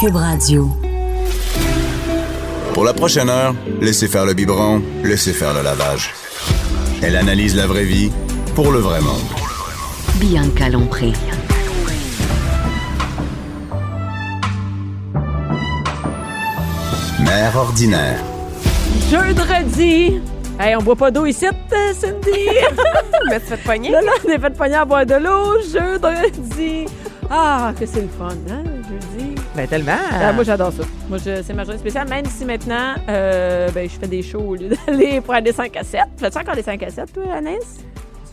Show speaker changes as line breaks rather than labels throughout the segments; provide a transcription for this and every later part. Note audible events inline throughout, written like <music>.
Cube Radio.
Pour la prochaine heure, laissez faire le biberon, laissez faire le lavage. Elle analyse la vraie vie pour le vrai monde.
Bianca Lompré.
Mère ordinaire.
Jeudi! Hey, on boit pas d'eau ici, euh, <laughs> Cindy!
Mais tu fais te pogner?
là, là, on est fait pogner à boire de l'eau, jeudi! Ah, que c'est le fun, hein, jeudi!
Ben tellement.
Ah, moi, j'adore ça. Moi, je- c'est ma journée spéciale, même si maintenant, euh, ben, je fais des shows au lieu d'aller <laughs> prendre des 5 à 7. Fais-tu encore des 5 à 7, toi, Anaïs?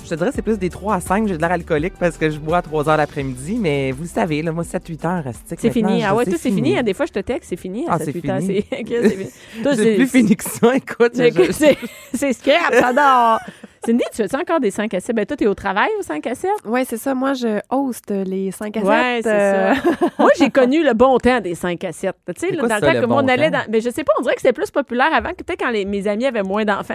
je te dirais c'est plus des 3 à 5, j'ai de l'air alcoolique parce que je bois à 3 heures l'après-midi, mais vous le savez, là, moi 7-8 heures, euh, c'est
C'est fini. Ah ouais, toi, c'est fini. Des fois, je te texte, c'est fini. à
Ah,
cette
c'est
huit heures,
fini.
C'est <laughs> ok, c'est fini. Toi,
C'est plus fini que ça, <laughs> écoute.
C'est
je-
c'est- c'est scrap, <laughs> j'adore! Cindy, tu fais-tu encore des 5 à 7? Ben, toi, t'es au travail aux 5 à 7?
Oui, c'est ça. Moi, je host les euh, 5 à 7.
Ouais, c'est <laughs> ça. Moi, j'ai connu le bon temps des 5 à 7. Tu sais,
C'est
là,
quoi
dans
ça,
le temps
le
que
bon
on allait
temps?
dans. Mais je sais pas, on dirait que c'était plus populaire avant, que peut-être quand les- mes amis avaient moins d'enfants,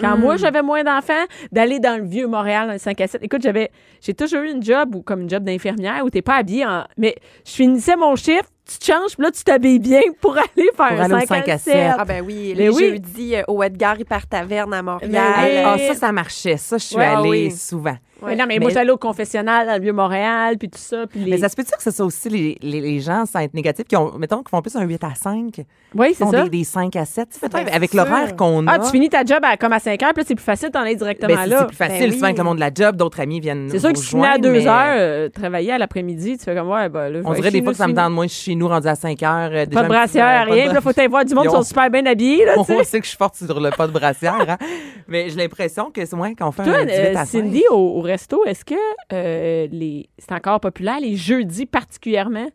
quand moi j'avais moins d'enfants, d'aller dans le vieux Montréal, dans le 5 à 7. Écoute, j'avais. J'ai toujours eu une job ou comme une job d'infirmière où t'es pas habillé en. Mais je finissais mon chiffre, tu te changes, puis là, tu t'habilles bien <laughs> pour aller faire un
aller au
5, à 7.
Ah ben oui, Ben
Mais
les
oui.
jeudis euh, au Edgar Hypertaverne
Mais
à Montréal.
Ah,
oui.
ça, ça marchait. Ça, je suis
Ouais,
allée
oui.
souvent.
Mais non, mais,
Mais-
moi, j'allais au confessionnal dans le vieux Montréal, puis tout ça. Puis les...
Mais ça se peut-tu que ce soit aussi les, les, les gens sans être négatifs qui ont, mettons, qui font plus un 8 à 5,
oui,
qui
c'est
font
ça.
des, des 5 à 7, tu sais, mettons,
Ben,
avec
c'est
l'horaire
sûr.
qu'on a.
Ah, tu finis ta job à, comme à 5 heures, puis là, c'est plus facile d'en aller directement
ben, c'est-
là.
c'est plus facile,
Ben oui.
souvent avec le monde de la job, d'autres amis viennent
C'est sûr
nous
que si tu finis à
rejoindre,
2
mais-
heures, euh, travailler à l'après-midi, tu fais comme, ouais, ben là, je
On
vais
dirait
chez
des fois
nous,
que ça me
c'est
tente moins, je suis chez nous rendu à 5 heures. euh, déjà
Pas
un
de
petit-
brassière,
euh, pas
rien.
de
Puis là, faut aller voir du monde,
Ils
ils sont
ont-
super bien habillés, là, <laughs> tu
<laughs> On
sais.
sait que je suis forte sur le pas de brassière, hein. mais j'ai l'impression que c'est moins qu'on fait
Toi,
un 18
euh,
à 5.
Cindy, au, au resto, est-ce que euh, les c'est encore populaire, les jeudis particulièrement?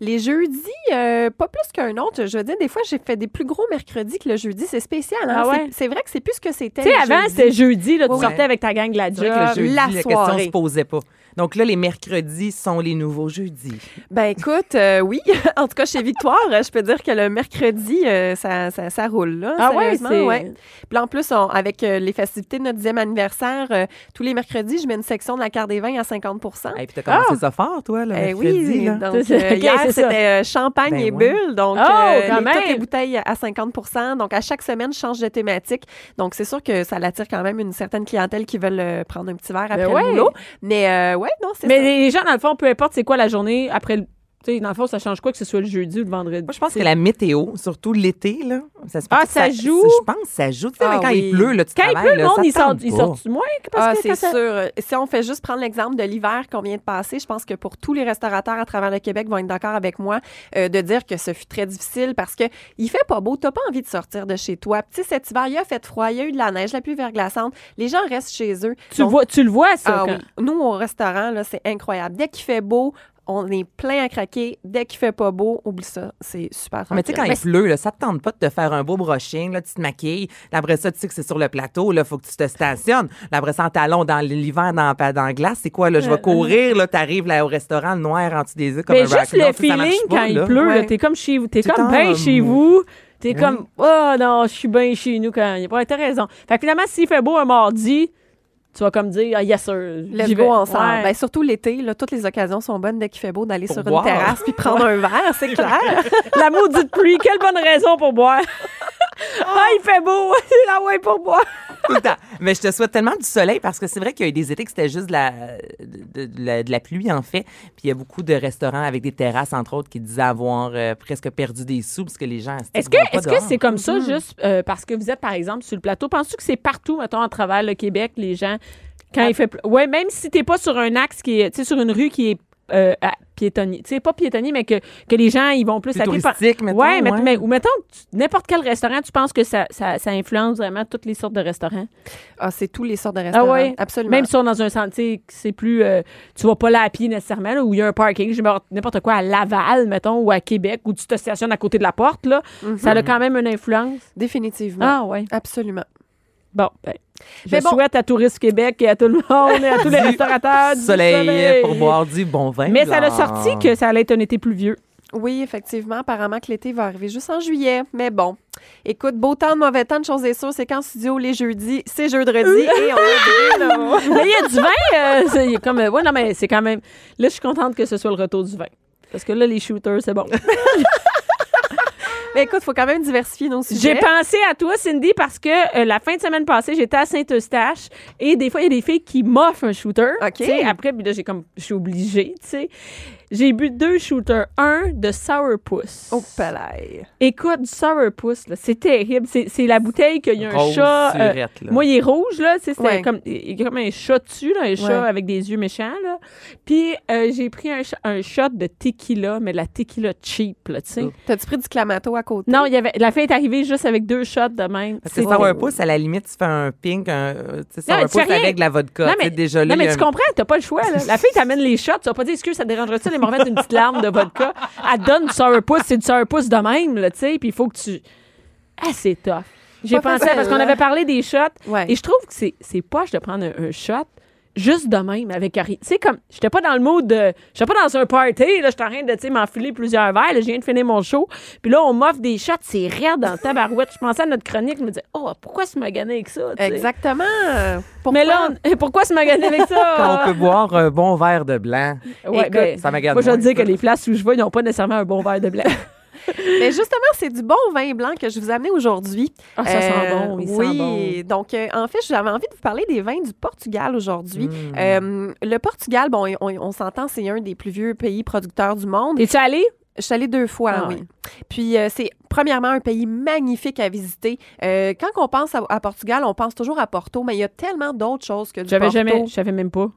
Les jeudis, euh, pas plus qu'un autre. Je veux dire, des fois, j'ai fait des plus gros mercredis que le jeudi. C'est spécial. hein.
Ah
C'est-
ouais?
C'est vrai que c'est plus ce que c'était.
Tu sais,
le
avant,
jeudi.
c'était jeudi, là, tu
Ouais.
sortais avec ta gang de la
C'est vrai que le
job.
jeudi,
la
la, question
soirée.
se posait pas. Donc là, les mercredis sont les nouveaux jeudis.
Ben écoute, euh, oui. <laughs> en tout cas, chez Victoire, euh, je peux dire que le mercredi, euh, ça, ça, ça roule. Là,
Ah ouais,
sérieusement,
c'est...
Puis là, en plus, on- avec euh, les festivités de notre dixième anniversaire, euh, tous les mercredis, je mets une section de la carte des vins à 50
Et puis t'as commencé
Ah!
ça fort, toi, le
Eh
mercredi.
oui,
là.
donc
C'est-
euh,
<laughs> ok,
hier
c'est ça.
c'était euh, champagne
Ben
et
ouais.
bulles, donc
Oh,
euh,
quand
les-
même.
toutes les bouteilles à 50 Donc à chaque semaine, je change de thématique. Donc c'est sûr que ça attire quand même une certaine clientèle qui veulent euh, prendre un petit verre après
Ben ouais.
le boulot. Mais euh, ouais, non, c'est
Mais
ça.
les gens, dans le fond, peu importe c'est quoi la journée, après le... Tu sais, dans le fond, ça change quoi que ce soit le jeudi ou le vendredi?
Moi, je pense que la météo, surtout l'été, là, ça se peut
Ah,
que
ça joue?
Je pense que ça joue. Tu sais,
Ah
quand il
oui.
pleut, là, tu
Quand il
travailles,
pleut, le
là,
monde,
ça
ils
te tente
sortent ils
pas.
sortent-tu moins? Parce
Ah,
que
c'est
quand ça-
sûr. Si on fait juste prendre l'exemple de l'hiver qu'on vient de passer, je pense que pour tous les restaurateurs à travers le Québec vont être d'accord avec moi euh, de dire que ce fut très difficile parce que il fait pas beau, t'as pas envie de sortir de chez toi. Puis, Tu sais, cet hiver, il a fait froid, il y a eu de la neige, la pluie verglaçante. Les gens restent chez eux.
Tu, le
Donc,
vois, tu le vois, ça.
Ah
quand-
oui. Nous, au restaurant, là, c'est incroyable. Dès qu'il fait beau, on est plein à craquer. Dès qu'il fait pas beau, oublie ça. C'est super
Ah, Mais tu sais, quand il pleut, là, ça te tente pas de te faire un beau brushing, là, tu te maquilles. Là, Après ça, tu sais que c'est sur le plateau, là, faut que tu te stationnes. Là, Après ça, en talon, dans l'hiver, dans, dans la glace, c'est quoi, là, je vais courir, là, t'arrives là, au restaurant, le noir, en dessous des yeux, comme
Euh, Mais
un
juste
rock'n'roll,
le
ça, ça marche
feeling
pas,
quand il
là.
pleut, là,
Ouais.
t'es comme chez vous, t'es
Tout le
comme
temps,
bien
euh,
chez vous. T'es
oui.
comme, oh non, je suis bien chez nous quand il Ouais, t'as raison. Fait que finalement, s'il fait beau un mardi, tu vas comme dire, ah yes sir.
Let's
j'y
go
vais.
ensemble.
Ouais.
Ben, surtout l'été, là, toutes les occasions sont bonnes dès qu'il fait beau d'aller
Pour
sur
boire.
une terrasse puis prendre un verre, c'est clair.
La maudite pluie, quelle bonne raison pour
<laughs>
boire. ah, il fait
<laughs>
beau, c'est la ouais pour boire.
Tout le temps. Mais je te souhaite tellement du soleil parce que c'est vrai qu'il y a eu des étés que c'était juste de la, de, de la, de la pluie, en fait. Puis il y a beaucoup de restaurants avec des terrasses, entre autres, qui disaient avoir euh, presque perdu des sous parce que les gens. c'était
Est-ce que
vraiment pas
est-ce que
dehors.
c'est comme ça
Mm-hmm.
juste euh, parce que vous êtes par exemple sur le plateau Penses-tu que c'est partout mettons à travers le Québec
Ah.
les gens quand il fait pl- ouais même si t'es pas sur un axe qui est tu sais sur une rue qui est euh, à- piétonnier. Tu sais, pas piétonnier, mais que, que les gens, ils vont plus
Plus
s'habiller par-
touristique, mettons,
Ouais, mais-
ouais.
mais- ou mettons, que tu- n'importe quel restaurant, tu penses que ça, ça, ça influence vraiment toutes les sortes de restaurants?
Ah, c'est tous les sortes de
Ah
restaurants.
oui,
Absolument.
Même si on est dans un sentier que c'est plus. euh, tu vas pas là à pied nécessairement, là, où il y a un parking, je m'en- n'importe quoi, à Laval, mettons, ou à Québec, où tu te stationnes à côté de la porte, là. Ça a quand même une influence.
Définitivement.
Ah, ouais.
Absolument.
Bon, ben. Je
Mais bon-
souhaite à Tourisme Québec et à tout le monde, et à tous les restaurateurs du
soleil,
soleil,
pour boire du bon vin.
Mais ça
blanc.
a sorti que ça allait être un été pluvieux.
Oui, effectivement. Apparemment que l'été va arriver juste en juillet. Mais bon. Écoute, beau temps, mauvais temps, une chose est sûre, c'est qu'en studio, les jeudis, c'est jeudi et on est brûlés, là.
mais il y a du vin. euh, c'est- il y a comme, euh, ouais, non, mais c'est quand même. Là, je suis contente que ce soit le retour du vin. Parce que là, les shooters, c'est bon. Ben,
Mais écoute, faut quand même diversifier nos sujets.
J'ai pensé à toi, Cindy, parce que euh, la fin de semaine passée, j'étais à Saint-Eustache et des fois, il y a des filles qui m'offrent un shooter.
OK.
Tu sais, Après, puis là, j'ai comme, je suis obligée, tu sais. J'ai bu deux shooters. Un de Sourpuss.
Au palais.
Écoute, du sourpuss, là, c'est terrible. C'est c'est la bouteille qu'il y a un
Rose
chat. euh,
surette, là.
moi, il est rouge, là. tu sais, C'était
Ouais.
comme, il y a comme un chat dessus, là, un chat
Ouais.
avec des yeux méchants, là. Puis, euh, j'ai pris un, ch- un shot de tequila, mais de la tequila cheap, là, tu sais.
T'as-tu pris du clamato à côté?
Non, il y avait, la fin est arrivée juste avec deux shots de même.
Parce que
C'était-
sourpuss, à la limite, tu fais un pink, un, euh, tu sais,
Non, mais tu
sourpuss
fais rien.
avec de la vodka.
Non,
tu sais,
mais,
déjà, là,
non,
il y
mais
a
tu
un-
comprends, t'as pas le choix. Là. La fille t'amène les shots, tu vas pas dire, excuse, ça te dérangerait-tu de me remettre une petite larme de vodka? Elle te donne du sourpuss, c'est du sourpuss de même, là, tu sais, puis il faut que tu... Ah, c'est tough. J'ai
Pas
pensé,
facile,
parce qu'on
hein?
avait parlé des shots,
Ouais.
et je trouve que c'est, c'est poche de prendre un, un shot juste de même avec rien. Tu sais, comme, j'étais pas dans le mode de... J'étais pas dans un party, là, j'étais en train de, tu sais, m'enfiler plusieurs verres, là, je viens de finir mon show, puis là, on m'offre des shots, c'est raide dans le tabarouette. Je pensais à notre chronique, je me disais, oh, pourquoi se maganer avec ça, tu sais?
Exactement. Pourquoi?
Mais là, on- <laughs> pourquoi se maganer avec ça?
Quand on peut boire un bon verre de blanc.
Ouais,
Écoute,
ben,
ça m'agace
Moi, je veux
moins.
dire que les places où je vais, ils n'ont pas nécessairement un bon verre de blanc.
Mais justement, c'est du bon vin blanc que je vous ai amené aujourd'hui.
<laughs>
Euh,
Ah, ça sent bon, il sent
oui. Donc, euh, en fait, j'avais envie de vous parler des vins du Portugal aujourd'hui.
Hmm.
Euh, le Portugal, bon, on, on s'entend, c'est un des plus vieux pays producteurs du monde.
Es-tu allé?
Je suis allée deux fois,
Ah
oui.
ouais.
Puis euh, c'est premièrement un pays magnifique à visiter. Euh, quand on pense à, à Portugal, on pense toujours à Porto, mais il y a tellement d'autres choses que du
J'avais
Porto.
jamais, je savais même pas.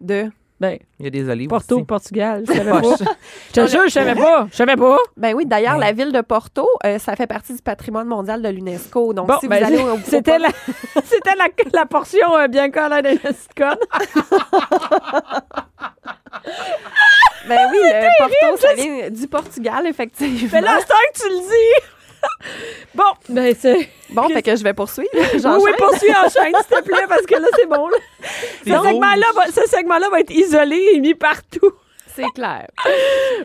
De...
Ben,
Il y a des olives.
Porto,
aussi.
Portugal, je savais pas. Je te jure, je savais pas. Je savais pas.
Ben oui, d'ailleurs, la ville de Porto, euh, ça fait partie du patrimoine mondial de l'UNESCO. Donc,
Bon,
si
ben, <laughs>
vous allez au, au
C'était la, <laughs> c'était la, la portion euh, bien collée de la sitcom.
Ben oui,
<laughs>
le Porto, ça vient du Portugal, effectivement.
Mais là, c'est que tu le dis. <laughs> Bon, ben c'est.
bon, fait que je vais poursuivre. <laughs>
Oui,
J'enchaîne.
oui, poursuis en chaîne, s'il te plaît, parce que là, c'est bon. là.
C'est
Ce
rouge.
segment-là va- ce segment-là va être isolé et mis partout.
C'est clair.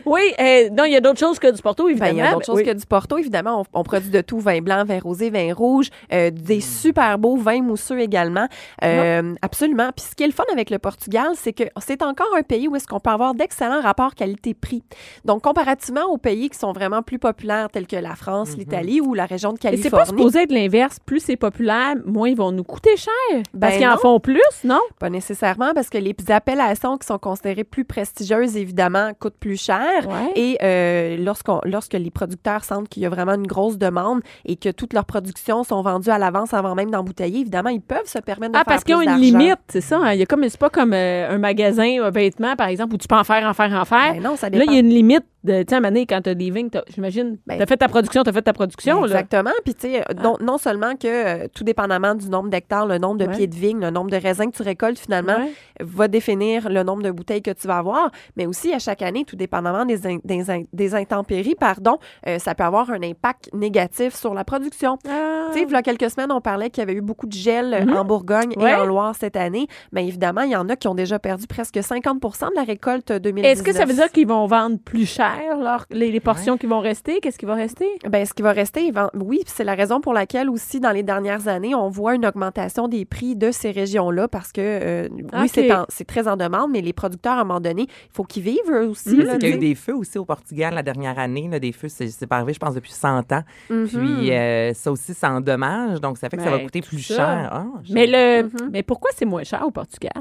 Oui, euh, non, il y a d'autres choses que du Porto,
Ben,
évidemment.
il y a d'autres choses
Oui.
que du Porto. Évidemment, on, on produit de tout, vin blanc, vin rosé, vin rouge, euh,
Mm.
des super beaux vins mousseux également. Euh, Absolument. Puis ce qui est le fun avec le Portugal, c'est que c'est encore un pays où est-ce qu'on peut avoir d'excellents rapports qualité-prix. Donc, comparativement aux pays qui sont vraiment plus populaires, tels que la France, l'Italie ou la région de
Mm-hmm. Mais
Californie.
c'est pas supposé être l'inverse. Plus c'est populaire, moins ils vont nous coûter cher.
Ben
Parce qu'ils en
non.
font plus, non?
Pas nécessairement, parce que les appellations qui sont considérées plus prestigieuses, évidemment, coûtent plus cher.
Ouais.
Et euh, lorsqu'on- lorsque les producteurs sentent qu'il y a vraiment une grosse demande et que toutes leurs productions sont vendues à l'avance avant même d'embouteiller, évidemment, ils peuvent se permettre de
Ah,
faire
parce qu'ils ont
plus
une
d'argent.
limite, c'est ça. hein. Il y a comme, c'est pas comme euh, un magasin, un vêtement, par exemple, où tu peux en faire, en faire, en faire.
Ben non, ça
hein? là,
dépend.
il y a une limite. De, tu sais, à un moment donné, quand t'as des vignes, t'as- j'imagine,
Ben-
t'as fait ta production, t'as fait ta production, là. Ah.
Exactement. Puis, tu sais, non, non seulement que euh, tout dépendamment du nombre d'hectares, le nombre de
Ouais.
pieds de vigne, le nombre de raisins que tu récoltes finalement
Ouais.
va définir le nombre de bouteilles que tu vas avoir, mais aussi à chaque année, tout dépendamment des, in- des, in- des intempéries, pardon, euh, ça peut avoir un impact négatif sur la production.
Ah. Mhm.
Tu sais, il y a quelques semaines, on parlait qu'il y avait eu beaucoup de gel euh, en Bourgogne
Ouais.
et en Loire cette année. Mais évidemment, il y en a qui ont déjà perdu presque 50 de la récolte 2019.
Est-ce que ça veut dire qu'ils vont vendre plus cher leur- les, les portions qui vont rester? Qu'est-ce qui va rester?
Ben, ce qui va rester, il va- oui, puis c'est la raison pour laquelle aussi, dans les dernières années, on voit une augmentation des prix de ces régions-là parce que, euh,
Ah, Ok.
oui, c'est en- c'est très en demande, mais les producteurs, à un moment donné, il faut qu'ils vivent eux aussi.
Mhm.
Puis
là,
c'est qu'il y a
tu
eu
sais.
des feux aussi au Portugal la dernière année. là, des feux, c'est c'est pas arrivé, je pense, depuis 100 ans.
Mhm.
Puis euh, ça aussi, ça en dommages. Donc, ça fait que ça va
Ben,
coûter
tout
plus
ça.
cher. Ah, je-
Mais, le,
Mm-hmm.
mais pourquoi c'est moins cher au Portugal?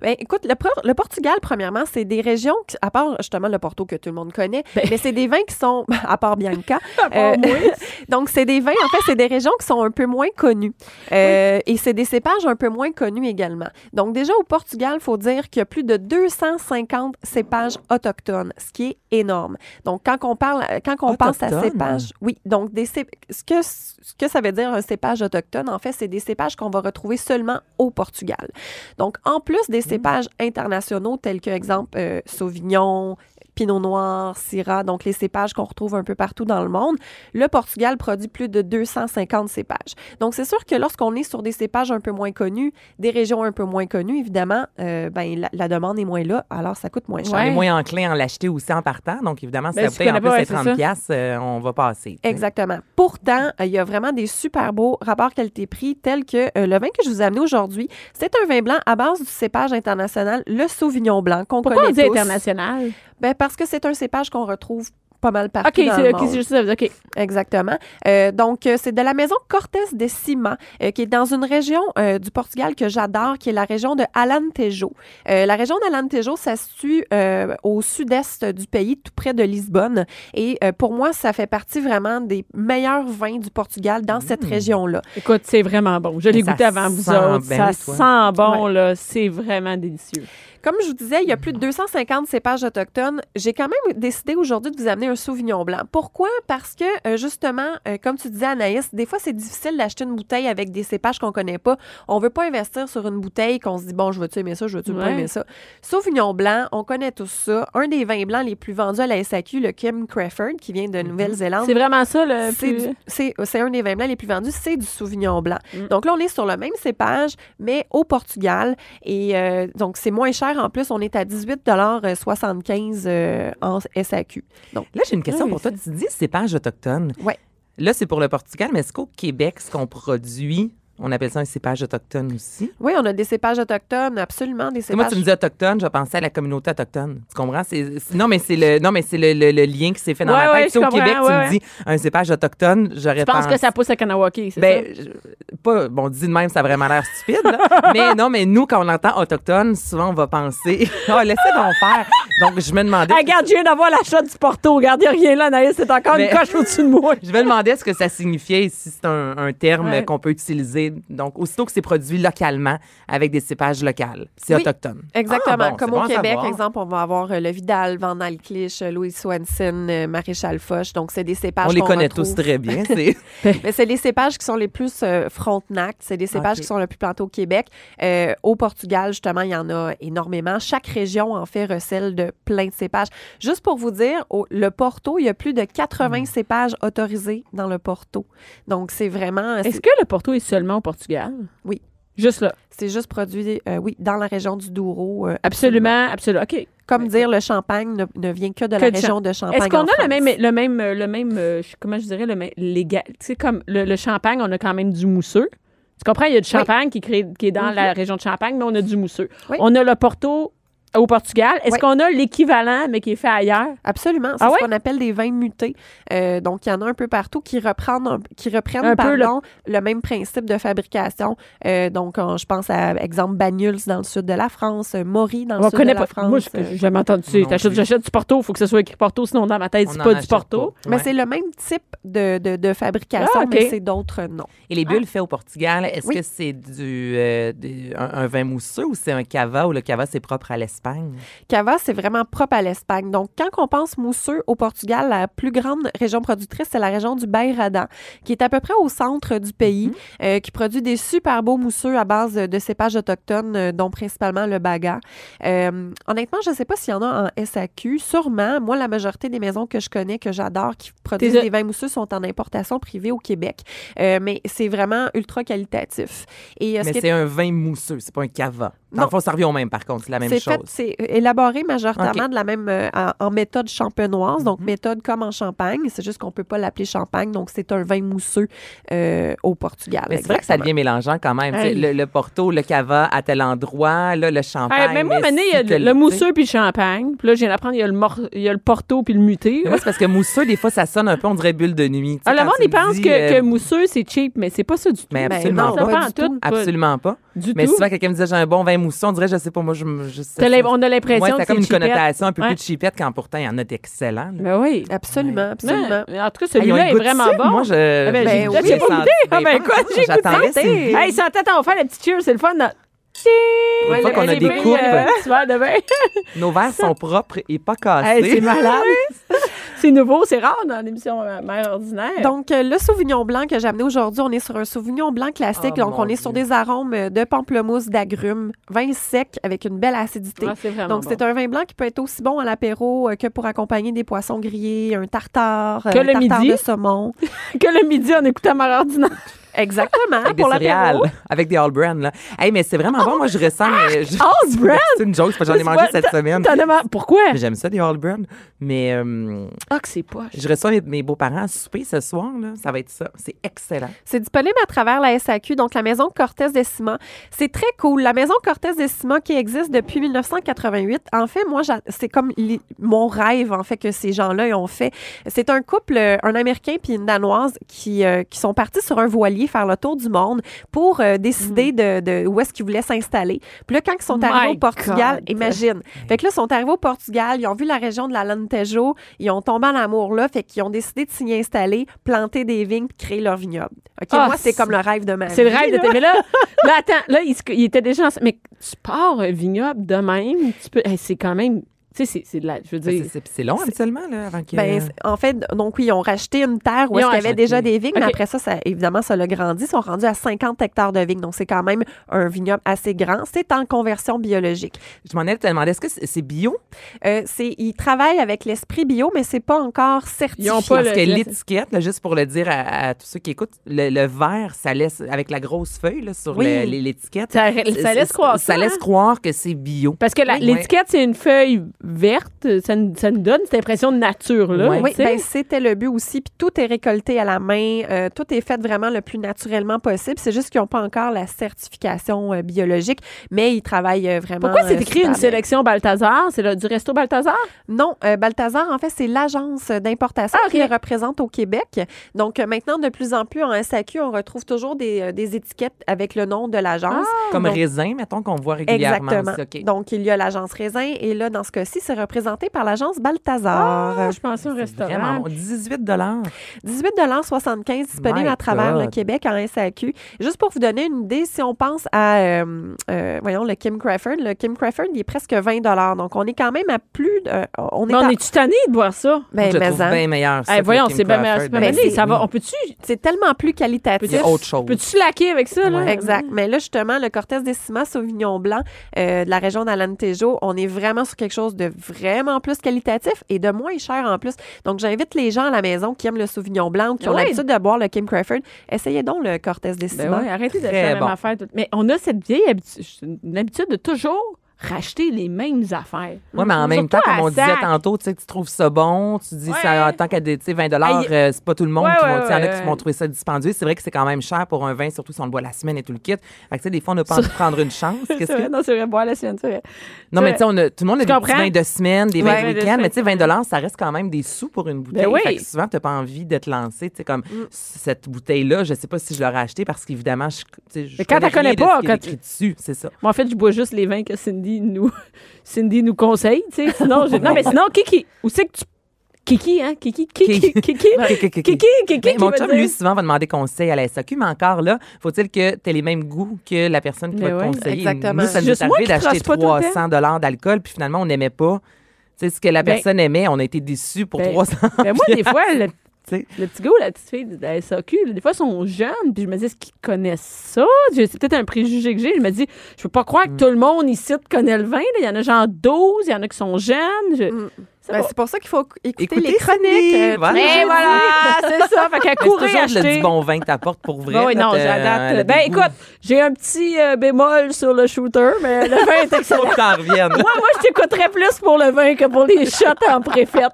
Ben, écoute, le, Por- le Portugal, premièrement, c'est des régions, qui- à part justement le Porto que tout le monde connaît,
Ben
mais c'est des vins qui sont, <laughs> à part Bianca,
part moi.
Euh, <laughs> donc c'est des vins, en fait, c'est des régions qui sont un peu moins connues. Euh, Et c'est des cépages un peu moins connus également. Donc déjà au Portugal, il faut dire qu'il y a plus de 250 cépages autochtones, ce qui est énorme. Donc quand on parle, euh, quand on pense à
Autochtones?
cépages, oui, donc des cép- ce, que, ce que ça veut dire un cépage autochtone, en fait, c'est des cépages qu'on va retrouver seulement au Portugal. Donc, en plus des cépages internationaux tels que, exemple, euh, Sauvignon, Pinot Noir, Syrah, donc les cépages qu'on retrouve un peu partout dans le monde, le Portugal produit plus de 250 cépages. Donc, c'est sûr que lorsqu'on est sur des cépages un peu moins connus, des régions un peu moins connues, évidemment, euh, ben, la, la demande est moins là, alors ça coûte moins cher.
On est
Ouais.
moins enclin à l'acheter aussi en partant. Donc, évidemment, si
Ben,
ça
tu
paye
connais
en plus
pas,
à
ouais, c'est ça.
30$, piastres, euh, on va passer. tu sais.
Exactement. Pourtant, euh, il y a vraiment des super beaux rapports qualité-prix, tels que euh, le vin que je vous ai amené aujourd'hui. C'est un vin blanc à base du cépage international, le Sauvignon blanc, qu'on connaît
Pourquoi on dit
tous.
international?
Ben, parce que c'est un cépage qu'on retrouve pas mal partout
OK, c'est
dans le
ok,
monde.
c'est juste ça. OK.
Exactement. Euh, donc, euh, c'est de la maison Cortés de Cima, euh, qui est dans une région euh, du Portugal que j'adore, qui est la région de Alentejo. Euh, la région d'Alentejo, ça se situe euh, au sud-est du pays, tout près de Lisbonne. Et euh, pour moi, ça fait partie vraiment des meilleurs vins du Portugal dans cette région-là.
Écoute, c'est vraiment bon. Je l'ai
Ça
goûté avant vous
sent
autres.
bien,
ça
toi.
sent bon, là. C'est vraiment délicieux.
Comme je vous disais, il y a plus de 250 cépages autochtones. J'ai quand même décidé aujourd'hui de vous amener un Sauvignon blanc. Pourquoi? Parce que, euh, justement, euh, comme tu disais, Anaïs, des fois, c'est difficile d'acheter une bouteille avec des cépages qu'on connaît pas. On veut pas investir sur une bouteille qu'on se dit, bon, je veux-tu aimer ça, je veux-tu pas
Ouais.
aimer ça. Sauvignon blanc, on connaît tous ça. Un des vins blancs les plus vendus à la SAQ, le Kim Crawford, qui vient de Nouvelle-Zélande.
Mm-hmm.
Ah,
C'est vraiment ça, le
C'est
Euh, plus...
du- C'est euh, c'est un des vins blancs les plus vendus, c'est du Sauvignon blanc. Donc là, on est sur le même cépage, mais au Portugal. Et euh, donc, c'est moins cher. En plus, on est à 18,75 euh, en SAQ. Donc,
Là, j'ai une question
Oui,
pour toi. Tu dis cépage autochtone.
Ouais.
Là, c'est pour le Portugal, mais est-ce qu'au Québec, ce qu'on produit, on appelle ça un cépage autochtone aussi?
oui, on a des cépages autochtones, absolument des
Moi, tu me
cépages.
dis autochtone, je pensais à la communauté autochtone. Tu comprends? C'est- c'est- non, mais c'est le, non, mais c'est le, le- le lien qui s'est fait dans
Ouais,
ma
ouais,
tête.
je
Tu sais, au
comprends,
Québec, tu
ouais,
me
ouais.
dis un cépage autochtone, j'aurais
Je
pensé...
pense que ça pousse à Kanawaki, c'est
Ben,
ça?
je- pas, bon, dit de même, ça a vraiment l'air stupide,
<laughs>
là. mais non, mais nous, quand on entend autochtone, souvent, on va penser, <laughs> oh, laissez donc faire. Donc, je me demandais,
Ah, regarde, je viens d'avoir l'achat du Porto. Regarde, il n'y a rien là, Anaïs. C'est encore
Mais-
une coche au-dessus de
<laughs>
moi.
je me demandais ce que ça signifiait et si c'est un, un terme
Ouais.
qu'on peut utiliser. Donc, aussitôt que c'est produit localement, avec des cépages locales, c'est
Oui,
autochtone.
Exactement.
Ah, bon,
Comme
c'est bon
au
à
Québec,
savoir.
exemple, on va avoir euh, le Vidal, Van Alclich, euh, Louis Swanson, euh, Maréchal Foch. Donc, c'est des cépages
On les
qu'on
connaît
retrouve.
tous très bien.
<laughs>
C'est
Mais c'est les cépages qui sont les plus euh, frontenac. C'est les cépages
Ok.
qui sont le plus plantés au Québec. Euh, au Portugal, justement, il y en a énormément. Chaque région, en fait, recèle de plein de cépages. Juste pour vous dire, au- le Porto, il y a plus de 80
Hmm.
cépages autorisés dans le Porto. Donc, c'est vraiment...
Est-ce
C'est
que le Porto est seulement au Portugal?
Oui.
Juste là.
c'est juste produit, euh, oui, dans la région du Douro. euh,
Absolument, absolument. OK.
Comme dire, le champagne ne, ne vient que de la
Que du
région
champ-
de Champagne.
Est-ce qu'on
en
a le
France.
même, le même, euh, le même, euh, je- comment je dirais, le même légal? Tu sais, comme le, le champagne, on a quand même du mousseux. Tu comprends? Il y a du champagne qui, crée- qui est dans la région de Champagne, mais on a du mousseux.
Mhm. Oui.
On a le Porto au Portugal. Est-ce
Oui.
qu'on a l'équivalent, mais qui est fait ailleurs?
Absolument. C'est
Ah
ce
ouais?
qu'on appelle des vins mutés. Euh, donc, il y en a un peu partout qui, reprennent, un- qui reprennent
Un peu le-
pardon, le... même principe de fabrication. Euh, donc, on- je pense à, exemple, Banyuls dans le sud de la France, euh, Maury dans le
On
sud de
connaît
la
pas.
France. euh,
Moi, je- j'ai jamais entendu ça.
Non
T'achètes-
plus.
J'achète du Porto, il faut que ce soit écrit Porto, sinon dans ma tête,
on
c'est
en
pas du
achète
Porto.
pas.
mais
Ouais.
c'est le même type de, de, de fabrication,
Ah, ok.
mais c'est d'autres noms.
Et les
Ah.
bulles faites au Portugal, est-ce
Oui.
que c'est du euh, des- un, un vin mousseux ou c'est un cava ou le cava c'est propre à l'Espagne?
Cava, c'est vraiment propre à l'Espagne. Donc, quand on pense mousseux au Portugal, la plus grande région productrice, c'est la région du Beirada, qui est à peu près au centre du pays, euh, qui produit des super beaux mousseux à base de cépages autochtones, euh, dont principalement le baga. Euh, honnêtement, je ne sais pas s'il y en a en SAQ. Sûrement, moi, la majorité des maisons que je connais, que j'adore, qui produisent
T'es-
des vins mousseux, sont en importation privée au Québec. Euh, mais c'est vraiment ultra qualitatif. Et euh, ce
Mais
qui est
c'est un vin mousseux, c'est pas un cava. Dans
Non.
le fond, ça revient au même par contre, c'est la même
C'est
chose.
fait c'est élaboré majoritairement
OK. Mhm.
de la même euh, en, en méthode champenoise, donc méthode comme en Champagne. C'est juste qu'on peut pas l'appeler Champagne, donc c'est un vin mousseux euh, au Portugal.
Mais c'est vrai que ça devient mélangeant quand même. tu sais,
Hey.
Le, le porto, le cava à tel endroit, là, le champagne.
Hey, Eh, mais moi, maintenant, il y a
si que
le, le mousseux puis le champagne. Puis là, je viens d'apprendre, il y a le, mor- il y a le porto puis le muté.
Mais Moi, c'est parce que mousseux, des fois, ça sonne un peu, on dirait bulle de nuit. Tu sais,
Ah, le
quand
monde,
tu
il
me
pense
dis,
que,
euh,
que mousseux, c'est cheap, mais c'est pas ça du tout.
Mais
Ben
absolument
non,
pas.
ça, pas
du
en
tout.
tout. pas
Absolument pas.
Du
Mais
tout.
souvent, quelqu'un me disait, j'ai un bon vin mousseux, on dirait, je sais pas, moi, je, me- je sais
T'as
pas.
l'im- on a l'impression
Ouais,
que
ça a
c'est
comme une
cheapette.
connotation un peu
Ouais.
plus cheapette, quand pourtant, il y en a d'excellents. là.
Ben oui.
Absolument, absolument.
Mais, mais en tout cas,
Hey, ils ont
celui-là
le
est
goût de
vraiment
cible.
bon.
Moi, je.
ben,
j'ai
j'ai-
le
j'ai
goût de
pas
sentir.
goûté. Ah, ben,
pas
quoi,
grave,
j'ai goûté.
j'attendais, c'est-
Hey, ça, attends, attends, on va faire la petite cheer, c'est le fun. là. Cheer!
Une fois
le-
qu'on a
les
des
filles,
coupes.
euh, tu vois, demain.
Nos verres sont propres et pas cassés.
Hey, c'est malade. <laughs> c'est nouveau, c'est rare dans l'émission euh, Mère ordinaire.
Donc, euh, le Sauvignon blanc que j'ai amené aujourd'hui, on est sur un Sauvignon blanc classique.
Oh,
donc,
mon
on est sur
Dieu.
des arômes euh, de pamplemousse, d'agrumes, vin sec avec une belle acidité.
Ah, c'est vraiment
donc, c'est un vin blanc qui peut être aussi bon à l'apéro euh, que pour accompagner des poissons grillés, un tartare, euh,
Que
un
le
tartare
midi.
de saumon.
que le midi, on écoute à Mère ordinaire.
Exactement,
<laughs>
Ah,
Avec des
pour
céréales,
l'apéro.
avec des all brand là. Hey, mais c'est vraiment bon. Moi, je ressens. mais je-
Ah, All brand?
<laughs> C'est une joke, c'est parce que j'en ai mangé
Ouais,
cette
t'as-
semaine.
t'en as mar- Pourquoi?
Mais J'aime ça, des all brand Mais euh,
Ah, que c'est poche.
je reçois mes- mes beaux-parents à souper ce soir. Là. Ça va être ça. C'est excellent.
C'est disponible à travers la SAQ, donc la Maison Cortès des Ciments. C'est très cool. La Maison Cortès des Ciments qui existe depuis 1988. En fait, moi, j'a- c'est comme li- mon rêve, en fait, que ces gens-là ils ont fait. C'est un couple, euh, un Américain puis une Danoise, qui, euh, qui sont partis sur un voilier faire le tour du monde pour euh, décider
Mm-hmm.
de, de où est-ce qu'ils voulaient s'installer. Puis là, quand ils sont arrivés
My
au Portugal,
God.
imagine. Fait que là, ils sont arrivés au Portugal, ils ont vu la région de la Lantejo, ils ont tombé en amour là, fait qu'ils ont décidé de s'y installer, planter des vignes, puis créer leur vignoble. OK,
Ah,
moi, c'est
c'est-
comme le rêve de ma
C'est le
vie,
rêve de
là.
ta Mais là, là, attends, là, il, se- il était déjà. en- Mais tu pars un vignoble de même, tu peux. hey, c'est quand même. Tu sais, c'est- Ben, c'est de la. Je veux
C'est-
dire.
C'est c'est long, habituellement, là, avant que.
<laughs> Ben, c'est- en fait, donc, oui, ils ont racheté une terre
Ils
où est-ce
ont
qu'il y avait
racheté.
déjà des vignes, mais
OK.
après ça, ça, évidemment, ça l'a grandi. Ils sont rendus à 50 hectares de vignes, donc c'est quand même un vignoble assez grand. C'est en conversion biologique.
je m'en ai te demander, est-ce que c'est c'est bio?
Euh, c'est, ils travaillent avec l'esprit bio, mais c'est pas encore certifié.
Ils ont pas
Parce
le-
que
le-
l'étiquette, là, juste pour le dire à, à tous ceux qui écoutent, le, le vert, ça laisse, avec la grosse feuille là, sur
Oui.
le- l'étiquette,
Ça, ça laisse croire.
ça
ça,
laisse
hein?
croire que c'est bio.
Parce que la-
Oui.
l'étiquette, c'est une feuille verte. Ça, nous- ça nous donne cette impression de nature, là.
Ouais.
Oui,
tu sais.
ben, c'était le but aussi. Puis tout est récolté à la main, euh, tout est fait vraiment le plus naturellement possible. C'est juste qu'ils n'ont pas encore la certification euh, biologique, mais ils travaillent euh, vraiment.
Pourquoi c'est
euh,
écrit
super
une
bien.
sélection Balthazar? C'est le- du resto Balthazar?
Non, euh, Balthazar, en fait, c'est l'agence d'importation
Ah, ok.
qui les représente au Québec. Donc euh, maintenant, de plus en plus en SAQ, on retrouve toujours des, euh, des étiquettes avec le nom de l'agence.
Ah.
Comme
donc-
raisin, mettons, qu'on voit régulièrement.
Exactement.
aussi, OK.
Donc, il y a l'agence Raisin et là, dans ce cas-ci, c'est représenté par l'agence
Ah,
Balthazar.
je pensais au
C'est
restaurant. Eh,
vraiment bon. 18
18,75 disponible
My
à travers
God.
le Québec en SAQ. Juste pour vous donner une idée, si on pense à, euh, euh, voyons, le Kim Crawford, le Kim Crawford, il est presque 20 Donc, on est quand même à plus de... euh, on est
Mais on
à-
est-tu tanné de boire ça?
ben,
je le
mais
trouve
en-
bien meilleur.
Eh,
ça, que le
voyons,
Kim
c'est bien meilleur.
Crawford.
c'est pas
Ben,
mal.
c'est-
Ça va. On peut-tu
c'est tellement plus qualitatif.
Il y a autre chose.
peux-tu laquer avec ça, là?
Exact. Mais là, justement, le Cortez Décima Sauvignon Blanc euh, de la région d'Alentejo, on est vraiment sur quelque chose de vraiment plus qualitatif et de moins cher en plus. Donc, j'invite les gens à la maison qui aiment le Sauvignon Blanc ou qui ont
Ouais.
l'habitude de boire le Kim Crawford, essayez donc le Cortez
Ben
Décima.
ouais, arrêtez de
Très
faire la
bon.
même affaire. tout- Mais on a cette vieille habitude, une habitude de toujours racheter les mêmes affaires.
Oui, mais en même
Mm-hmm. Surtout
temps, comme
à
on disait
sac.
tantôt, tu sais, que tu trouves ça bon, tu dis ça
Ouais.
en tant qu'à des, tu sais, 20 dollars,
Aïe.
euh, c'est pas tout le monde
Ouais,
qui
ouais,
vont, tu sais, il y en a
ouais,
qui
ouais.
vont trouver ça dispendieux. C'est vrai que c'est quand même cher pour un vin, surtout si on le boit la semaine et tout le kit. Fait que, tu sais, des fois, on n'a pas envie de prendre une chance.
<laughs> C'est
Qu'est-ce
vrai,
que...
non, c'est vrai, boire la semaine, c'est vrai.
Non, mais tu sais, on a- tout le monde a
Tu
des petits
comprends?
vins de semaine, des vins
Ouais,
de
ouais, de
week-end, mais
semaine.
tu sais, 20 dollars, ça reste quand même des sous pour une bouteille.
Ben oui. Mm.
Fait que souvent, t'as pas envie de te lancer, tu sais, comme cette bouteille-là, je sais pas si je l'aurais achetée parce qu'évidemment, je, tu sais, je
Mais quand t'as
rien
connais
de ce
pas,
qui est
quand tu-
écrit dessus, c'est ça.
Moi, en fait, je bois juste les vins que Cindy nous, <laughs> Cindy nous conseille, tu sais. Sinon, je- non, mais sinon, Kiki, où c'est que tu. Kiki, hein? Kiki, Kiki, Kiki, Kiki,
<laughs> Kiki.
Kiki, Kiki,
Ben, mon
qui veut
chum,
dire-
lui, souvent, va demander conseil à la SAQ, mais encore là, faut-il que tu aies les mêmes goûts que la personne qui
Mais
va
ouais,
te conseiller.
exactement.
Nous, ça nous
Juste
est
moi
arrivé
qui
d'acheter
trace pas tout le
300 dollars d'alcool, puis finalement, on n'aimait pas. Tu sais, ce que la
Ben-
personne aimait, on a été déçus pour
Ben-
300.
Ben, moi, des fois, le,
<laughs> Tu sais.
le petit gars ou la petite fille de la SAQ, là, des fois, ils sont jeunes, puis je me dis, est-ce qu'ils connaissent ça? Je- C'est peut-être un préjugé que j'ai. Je me dis,
Mm.
je peux pas croire que tout le monde ici te connaît le vin. là. Il y en a genre 12, il y en a qui sont jeunes. Je- C'est
Ben,
bon.
c'est pour ça qu'il faut écouter
Écoutez
les chroniques.
Sydney,
euh, tous
voilà.
les
Et
jeudis.
Eh, voilà, <laughs> c'est ça. Fait qu'à
Mais c'est
courir
toujours
acheter.
le du bon vin que t'apportes pour vrai.
Ah oui,
là,
non,
t'as- elle a
j'adapte.
des
Ben
goûts.
écoute, j'ai un petit euh, bémol sur le shooter, mais le vin est excellent.
Faut que
<laughs>
t'en reviennes.
Moi, moi, je t'écouterais plus pour le vin que pour les shots en <laughs> préfète.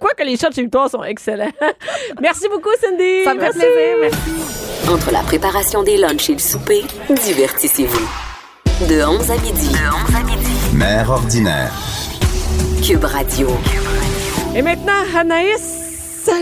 Quoi que les shots chez Victoire sont excellents. Merci beaucoup, Cindy.
Ça me fait
Merci.
plaisir. Merci.
Entre la préparation des lunchs et le souper, divertissez-vous. De 11 à midi. De 11 à midi.
Mère ordinaire.
Cube Radio.
Et maintenant, Anaïs,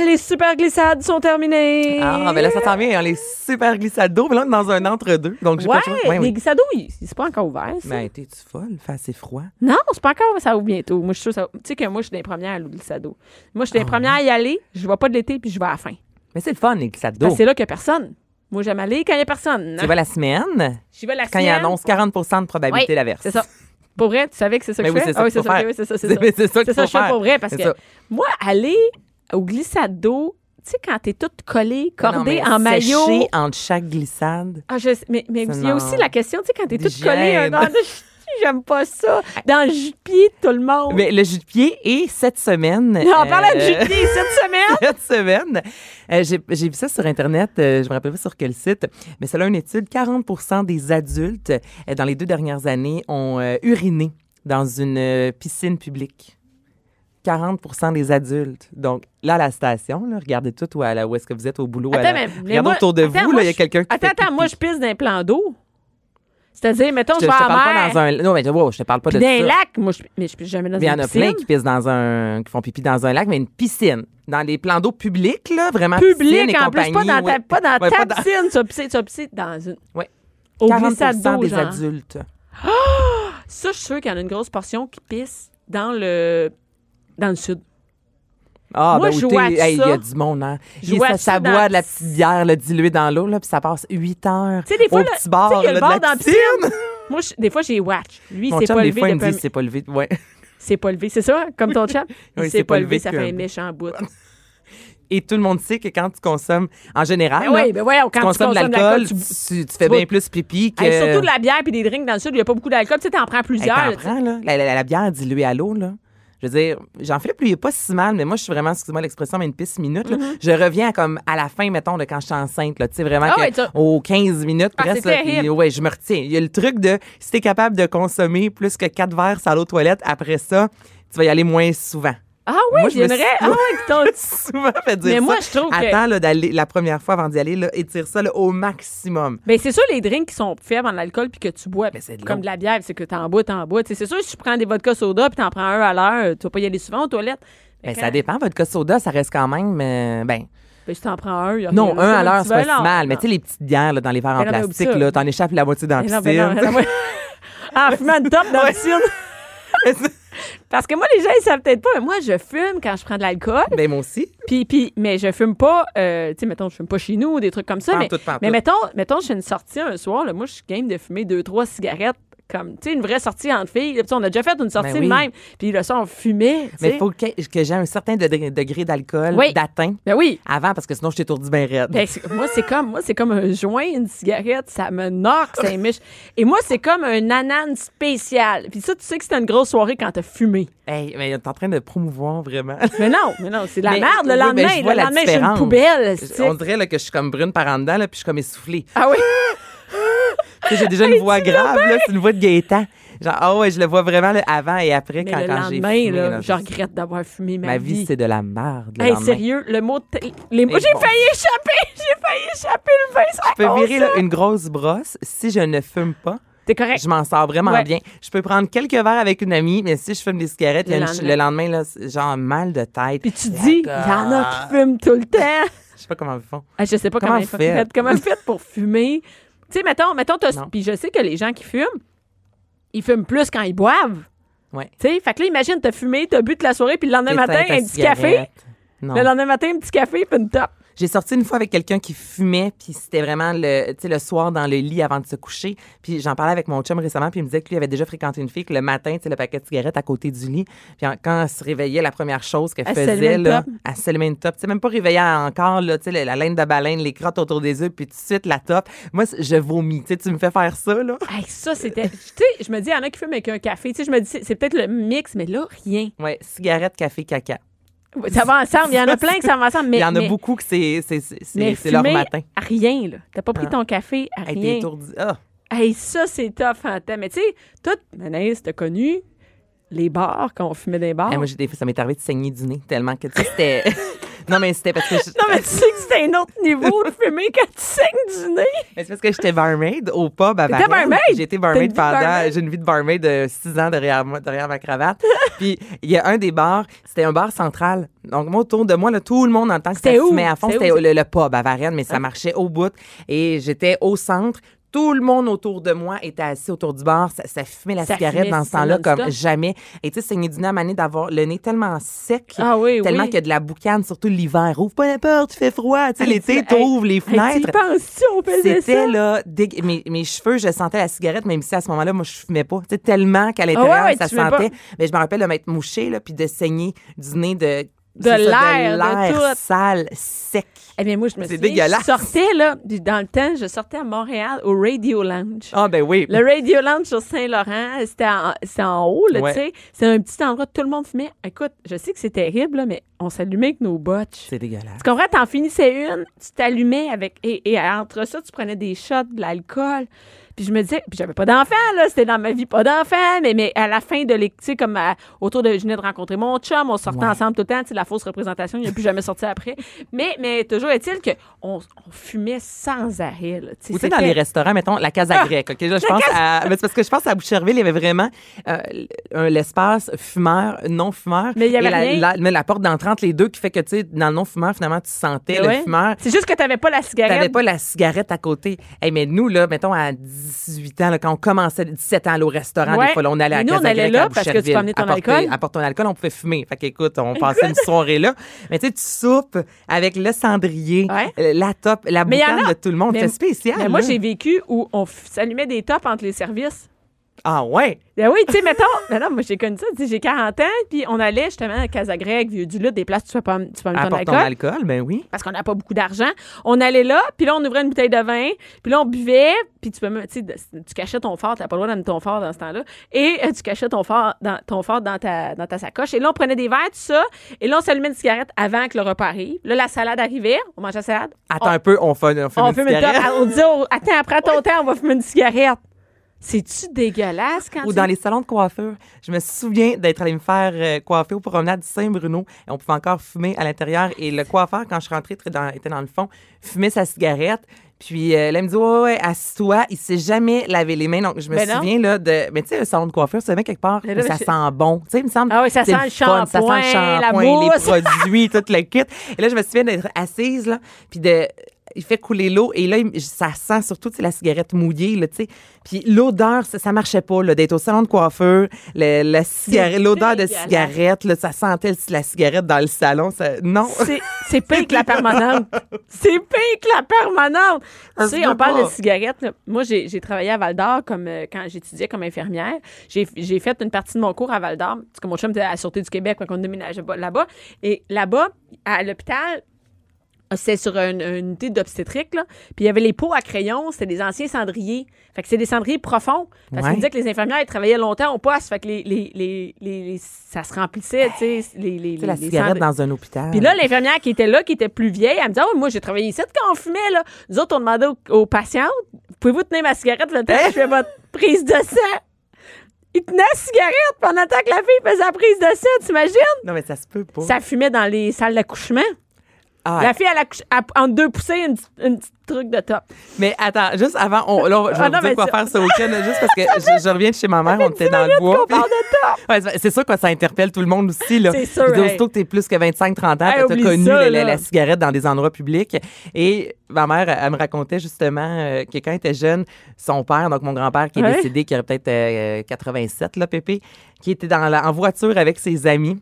les super glissades sont terminées.
Ah, ben là, ça s'en vient. hein, les super glissades d'eau. Mais là, on est dans un entre-deux. Donc, j'ai
Ouais,
pas le choix. Ouais,
les
oui. Ben.
glissades, oui, c'est pas encore ouvert. ça.
Mais t'es-tu folle? Il fait assez froid.
Non, c'est pas encore, ça ouvre bientôt. Moi, je suis sûre, ça- Tu sais que moi, je suis des premières à l'eau glissade. Moi, je
Ah.
suis des premières à y aller. Je vais pas de l'été, puis je vais à la fin.
Mais c'est le fun, les glissades
Parce
d'eau.
que c'est là qu'il y a personne. Moi, j'aime aller quand il y a personne.
Tu vas la semaine,
J'y vais la
quand il
semaine.
annonce 40 de probabilité
Oui,
d'averse.
C'est ça. Pour vrai, tu savais que c'est ça que
Mais
je
Ben oui,
fais?
c'est ça
Ah
qu'il faut
c'est ça.
faire.
oui, c'est ça, c'est
<laughs> C'est-
ça.
c'est ça
C'est
qu'il
ça,
faut
je fais
faire.
pour vrai parce
C'est
que
ça.
moi, aller au glissade d'eau, tu sais, quand t'es toute collée, cordée
Non,
en
mais
maillot.
sécher entre chaque glissade.
Ah, je sais, mais, mais
Ça,
il y a
non.
aussi la question, tu sais, quand t'es toute collée, un
D'hygiène. <laughs>
an de j'aime pas ça. Dans le jus de pied, de tout le monde.
Mais le jus de pied et cette semaine.
<laughs> Non, on parlait de
euh,
jus de pied cette
<laughs>
semaine.
cette semaine. Euh, j'ai j'ai vu ça sur Internet, euh, je me rappelle pas sur quel site, mais c'est là une étude, 40 des adultes euh, dans les deux dernières années ont euh, uriné dans une euh, piscine publique. 40 des adultes. Donc, là, à la station, là, regardez tout où, à la- où est-ce que vous êtes au boulot. à la-
mais- mais
regardez
moi-
autour de
attends,
vous,
moi,
là, il y a
je-
quelqu'un qui
Attends,
fait
attends,
pipi.
moi, je pisse dans un plan d'eau. C'est-à-dire, mettons,
Je,
je,
je
vais
te
à
parle
la
pas
mer.
dans un... Non, mais wow, je te parle pas
Puis
de
dans
ça.
un lac, moi, je, mais je pisse jamais dans
Il y en
une
a
piscine.
plein qui pissent dans un, qui font pipi dans un lac, mais une piscine. Dans les plans d'eau publics, là, vraiment piscine
public
et
en plus, pas
compagnie,
dans ta,
ouais.
pas dans
Ouais,
ta
pas dans-
piscine, tu vas pisser, tu vas pisser dans une.
Ouais.
Au
40
glissade d'eau,
des
genre.
adultes.
Ça, je suis sûre qu'il y en a une grosse portion qui pisse dans le, dans le sud.
Ah,
Moi,
ben, oui,
je
t'es-
joue à
hey, il y
ça.
a du monde, hein.
Je
Il-
joue à
ça,
ça
ça
dans-
boit de la petite bière là, diluée dans l'eau, là, puis ça passe 8 heures.
Tu sais, des fois,
au
là,
petit bar,
tu sais, il y a
là,
le
de
bar
la
dans la
piscine. <laughs>
Moi, je- des fois, j'ai watch. Lui, il
Mon
s'est
chum,
pas
des
levé
fois, il me
depuis. un-
dit, c'est pas levé. Ouais.
C'est pas levé, c'est ça? Comme ton chat?
<laughs> Oui,
Il
c'est
s'est
pas
pas
levé
levé, ça
que-
fait un méchant bout.
Et tout le monde sait que quand tu consommes, en général,
Ben
là,
oui, ben voyons, quand tu
consommes de
consommes de
l'alcool, tu,
l'alcool,
tu- tu fais
bois-
bien plus pipi que.
Hey, surtout de la bière puis des drinks dans le sud, il n'y a pas beaucoup d'alcool. Tu sais, t'en prends
Hey,
plusieurs.
t'en
là, tu sais.
prends, là. La, la- la bière diluée à l'eau, là. Je veux dire, Jean-Philippe, lui, il est pas si mal, mais moi, je suis vraiment, excuse-moi l'expression, mais une piste minute. là. Je reviens à comme à la fin, mettons, de quand je suis enceinte, là. Tu sais, vraiment,
Mm-hmm. Ah
que
ouais, ça-
aux 15 minutes,
Ah,
presque,
c'est
là,
terrible.
puis, ouais, je me retiens. Il y a le truc de si t'es capable de consommer plus que quatre verres à l'eau toilette, après ça, tu vas y aller moins souvent. <laughs>
Ah oui,
Moi, je me
j'aimerais.
<laughs> suis-
Ah oui, que ton-
souvent, fait dire
Mais
ça.
moi, je trouve que-
Attends, là, d'aller la première fois avant d'y aller, là, étire ça, là, au maximum.
Ben, c'est sûr, les drinks qui sont faibles en alcool puis que tu bois,
Mais c'est de
comme
l'eau.
de la bière, c'est que t'en bois, t'en bois. Tu sais, C'est sûr, si tu prends des vodka soda puis t'en prends un à l'heure, tu vas pas y aller souvent aux toilettes.
Ben,
Fait que,
ça dépend. Votre cas soda, ça reste quand même, euh, ben,
Ben, si t'en prends un, il y a
Non,
rien.
un à l'heure,
petit
c'est pas
verre,
si mal. Mais
non.
tu sais, les petites bières là, dans les verres
Mais non,
en
mais
plastique,
oublie ça.
là, t'en échappes la moitié dans la
Mais non, ben non,
piscine.
ben non. en fumant une top dans la piscine.
<laughs>
Parce que moi, les gens, ils savent peut-être pas, mais moi, je fume quand je prends de l'alcool.
<laughs> Ben, moi aussi.
Puis, puis, mais je fume pas, euh, tu sais, mettons, je fume pas chez nous, des trucs comme ça.
Pas en
mais
tout, pas en
mais
tout.
mettons, mettons, je fais une sortie un soir, là, moi, je suis game de fumer deux, trois cigarettes. Comme, tu sais, une vraie sortie entre filles. Tu sais, on a déjà fait une sortie
Ben oui.
de même. Puis le soir, on fumait. tu
Mais
sais.
il faut que, que j'ai un certain de- de- degré d'alcool
Oui.
d'atteint
Ben oui.
avant, parce que sinon, je t'étourdis bien raide.
Ben, c'est- moi, c'est comme, moi, c'est comme un joint, une cigarette, ça me knock, ça miche. Et moi, c'est comme un anane spécial. Puis ça, tu sais que c'était une grosse soirée quand t'as fumé.
Hey, mais t'es en train de promouvoir vraiment.
Mais non, mais non, c'est de la
Mais-
merde. Le
oui, ben,
lendemain,
je vois
le
la
lendemain, je suis une
différence.
poubelle. tu sais.
On dirait là, que je suis comme brune par en dedans, là, puis je suis comme essoufflée.
Ah oui.
Tu sais,
<laughs>
J'ai déjà une voix grave, là, c'est une voix de Gaétan. Genre, ah ouais, je le vois vraiment là, avant et après
Mais
quand,
le
quand j'ai
lendemain,
fumé.
là,
là.
je regrette d'avoir fumé ma,
Ma vie, c'est de la merde. le
Hey,
lendemain.
sérieux, le mot. de- Les mots.
Et
J'ai
bon.
failli échapper! <laughs> J'ai failli échapper le vin, Oh, ça
Je peux virer là, une grosse brosse si je ne fume pas.
T'es correct.
Je m'en sors vraiment
Ouais.
bien. Je peux prendre quelques verres avec une amie, mais si je fume des cigarettes, il y a
Le
une ch- le lendemain, là, c'est genre mal de tête. Ah,
Puis tu dis, il y en a qui fument tout le temps.
<laughs> Je sais pas comment ils font.
Ah, je sais pas
Comment
comment, ils
vous
font-
faites?
comment vous faites pour fumer. Tu sais, mettons, mettons, t'as-
Non.
puis je sais que les gens qui fument, ils fument plus quand ils boivent.
Ouais.
Tu sais, fait que là, imagine, t'as fumé, t'as bu de la soirée, puis le lendemain
T'éteins
matin,
ta
un petit
cigarette.
café.
Non.
Le lendemain matin, un petit café, puis une top.
J'ai sorti une fois avec quelqu'un qui fumait, puis c'était vraiment le, tu sais, le soir dans le lit avant de se coucher. Puis j'en parlais avec mon chum récemment, puis il me disait que lui avait déjà fréquenté une fille que le matin, tu sais, le paquet de cigarettes à côté du lit. Puis en- quand elle se réveillait, la première chose qu'elle
Elle se levait
faisait,
le
là,
top.
elle se levait une top. Tu sais, même pas réveillée encore, là, tu sais, la, la laine de baleine, les crottes autour des yeux, puis tout de suite la top. Moi, c- je vomis. Tu sais, tu me fais faire ça, là.
Hey, ça, c'était. <laughs> Tu sais, je me dis, il y en a qui fument avec un café. Tu sais, je me dis, c'est c'est peut-être le mix, mais là, rien.
Ouais, cigarette, café, caca.
Ça va ensemble. Il y en a plein que ça va ensemble. Mais,
Il y en a
mais-
beaucoup que c'est c'est- c'est-
mais
c'est- c'est leur
fumer
matin.
à rien, là. T'as pas pris
Ah.
ton café à
Hey, t'es
rien.
étourdi. Ah,
Hey, ça, c'est tough, en temps. Mais tu sais, toi, Manaïs, t'as connu les bars, quand on fumait des bars.
Hey, Eh, moi, j'ai des fois, ça m'est arrivé de saigner du nez tellement que tu sais,
<laughs>
c'était. non, mais c'était parce que. je-
Non, mais tu sais que c'est un autre niveau de fumer quand tu saignes du nez.
Mais c'est parce que j'étais barmaid au pub à
T'étais
Varennes.
barmaid?
J'étais
T'as une vie
barmaid
de
pendant.
barmaid?
J'ai une vie de barmaid de 6 ans derrière, moi, derrière ma cravate.
<laughs>
Puis il y a un des bars, c'était un bar central. Donc, moi, autour de moi, là, tout le monde entend que ça
C'était où?
fumait à fond.
C'était
C'était
où? Ah.
le, le pub à Varennes, mais ça marchait au bout. Et j'étais au centre. Tout le monde autour de moi était assis autour du bar. Ça, ça fumait la
Ça
cigarette
fumait,
dans ce
c'est
temps-là
non-stop.
comme jamais. Et tu sais, saigner du nez à maner d'avoir le nez tellement sec.
Ah oui, oui.
Tellement qu'il y a de la boucane, surtout l'hiver. Ouvre pas la porte, il fait froid. Tu sais,
Hey,
l'été,
tu-
t'ouvres les
Hey, tu
fenêtres.
y penses-tu, on faisait ça?
C'était là, dégue- mes, mes cheveux, je sentais la cigarette, même si à ce moment-là, moi, je fumais pas. Tu sais, tellement qu'à l'intérieur,
ouais,
ça
tu fumais pas.
sentait. Mais je me rappelle de m'être mouchée, là, puis de saigner du nez de.
De
c'est ça,
l'air, de tout.
sale, sec.
Eh bien, moi, je me
C'est
souviens,
dégueulasse.
Je sortais, là, puis dans le temps, je sortais à Montréal au Radio Lounge.
Ah, ben oui.
Le Radio Lounge sur Saint-Laurent, c'était en, c'était en haut, là,
Ouais.
tu sais. C'est un petit endroit où tout le monde fumait. Écoute, je sais que c'est terrible, là, mais on s'allumait avec nos botches.
C'est dégueulasse.
Tu comprends? T'en finissais une, tu t'allumais avec. Et, et entre ça, tu prenais des shots, de l'alcool. Puis je me disais, puis j'avais pas d'enfant, là. C'était dans ma vie, pas d'enfant. Mais, mais à la fin de l'été, tu sais, comme à- autour de. Je venais de rencontrer mon chum, on sortait
Ouais.
ensemble tout le temps. Tu sais, la fausse représentation, il n'a plus jamais sorti après. Mais, mais toujours est-il qu'on on fumait sans arrêt, là.
Ou tu sais, dans les
c'était-
restaurants, mettons, la Casa
Ah!
Grecque. OK? Là, je pense à. Mais c'est parce que je pense à Boucherville, il y avait vraiment euh, un- l'espace fumeur, non-fumeur.
Mais il y avait
Et la,
rien.
la- mais la porte d'entrée entre les deux qui fait que, tu sais, dans le non-fumeur, finalement, tu sentais le
Ben Ouais.
fumeur.
C'est juste que t'avais pas la
T'avais
cigarette.
pas la cigarette à côté. Hey, mais nous, là, mettons, à 18 ans, là, quand on commençait, 17 ans, là, au restaurant,
Ouais.
des fois, là, on allait à
Mais nous, on
Casa
allait
Grecque,
là
à
parce que tu peux
Boucherville.
amener ton
Apporter-
alcool.
Apporte ton alcool, on pouvait fumer. Fait qu'écoute, on passait une soirée là. Mais tu sais, tu soupes avec le cendrier,
Ouais.
euh, la top, la
Mais y en
boucane
a-
de tout le monde.
Mais-
C'est spécial.
Mais moi,
là.
j'ai vécu où on f- s'allumait des tops entre les services.
Ah ouais?
Ben oui, tu sais, mettons, ben non, moi j'ai connu ça, tu sais, j'ai 40 ans, puis on allait justement à Casa Grecque, Vieux du Lut, des places, tu peux pas, tu peux amener ton
Apporte ton
alcool,
alcool, ben oui.
parce qu'on n'a pas beaucoup d'argent. On allait là, puis là on ouvrait une bouteille de vin, puis là on buvait, puis tu peux, me- tu sais, de- tu cachais ton fort, t'as pas le droit d'amener ton fort dans ce temps-là, et euh, tu cachais ton fort dans, ton fort dans ta, dans ta sacoche, et là on prenait des verres, tout ça, et là on s'allumait une cigarette avant que le repas arrive. Là la salade arrivait, on mangeait la salade,
Attends un peu, on fait, on fait
on
une
fume une top,
cigarette.
on dit, au- attends, prends ton temps, on va fumer une cigarette. C'est-tu dégueulasse quand
ou
tu
dans les salons de coiffure. Je me souviens d'être allée me faire euh, coiffer au promenade Saint-Bruno et on pouvait encore fumer à l'intérieur. Et le coiffeur, quand je suis rentrée, était dans, était dans le fond, fumait sa cigarette. Puis euh, là, il me dit Ouais, ouais, assis-toi. Il s'est jamais lavé les mains. Donc, je me
Ben non.
souviens là, de. Mais tu sais, le salon de coiffure, c'est bien quelque part
Mais là,
où ça
je-
sent bon. Tu sais, il me semble.
Ah oui, ça
c'est
sent le
fun, Ça sent le
shampoing, la
shampoing, les
mousse.
produits, tout le kit. Et là, je me souviens d'être assise, là, puis de. Il fait couler l'eau et là, il- ça sent surtout tu sais, la cigarette mouillée, là, tu sais. Puis l'odeur, ça, ça marchait pas, là, d'être au salon de coiffeur, le- la cigarette, l'odeur de
dégueulasse.
cigarette, là, ça sentait le- la cigarette dans le salon. ça- non.
C'est- C'est pire que la
<laughs>
permanente. C'est pire que la permanente. Tu
Ça se
sais,
peut
on parle
pas.
de cigarettes. là. Moi, j'ai j'ai travaillé à Val d'Or comme euh, quand j'étudiais comme infirmière. J'ai j'ai fait une partie de mon cours à Val d'Or. Parce que mon chum était à la Sûreté du Québec quand on déménageait bas- là-bas. Et là-bas, à l'hôpital, c'est sur une, une unité d'obstétrique, là. Puis il y avait les pots à crayons, c'était des anciens cendriers. Fait que c'est des cendriers profonds. Parce
Ouais.
qu'ils disaient que les infirmières, elles travaillaient longtemps au poste. Fait que les, les, les, les- les- ça se remplissait, tu sais. Les, les,
Tu sais, la
les- les
cigarette
cendriers.
dans un hôpital.
Puis là, l'infirmière qui était là, qui était plus vieille, elle me dit Ah oui, moi, j'ai travaillé ici quand on fumait. Là. Nous autres, on demandait aux, aux patientes Pouvez-vous tenir ma cigarette le temps que je
Hein?
fais votre prise de sang Ils tenaient la cigarette pendant le temps que la fille faisait la prise de sang, t'imagines
Non, mais ça se peut pas.
Ça fumait dans les salles d'accouchement.
Ah,
La fille, elle accouche, elle- en deux poussées, une, petite- une petite truc de top.
Mais attends, juste avant, on, là, on- je vais
Ah
vous
non, mais
dire quoi
ça-
faire ce week-end, là, juste parce
<laughs>
que je, je reviens de chez ma mère, on était dans le bois. <laughs> puis- Ouais, c'est- c'est sûr que ça interpelle tout le monde aussi. là.
C'est sûr,
Je veux dire,
hey.
Aussitôt que t'es plus que 25-30 ans,
Hey,
t'as
oublie
connu
ça, là.
la- la, la cigarette dans des endroits publics. Et ma mère, elle me racontait justement euh, que quand elle était jeune, son père, donc mon grand-père qui est
Ouais.
décédé, qui aurait peut-être euh, 87, là, Pépé, qui était dans la- en voiture avec ses amis.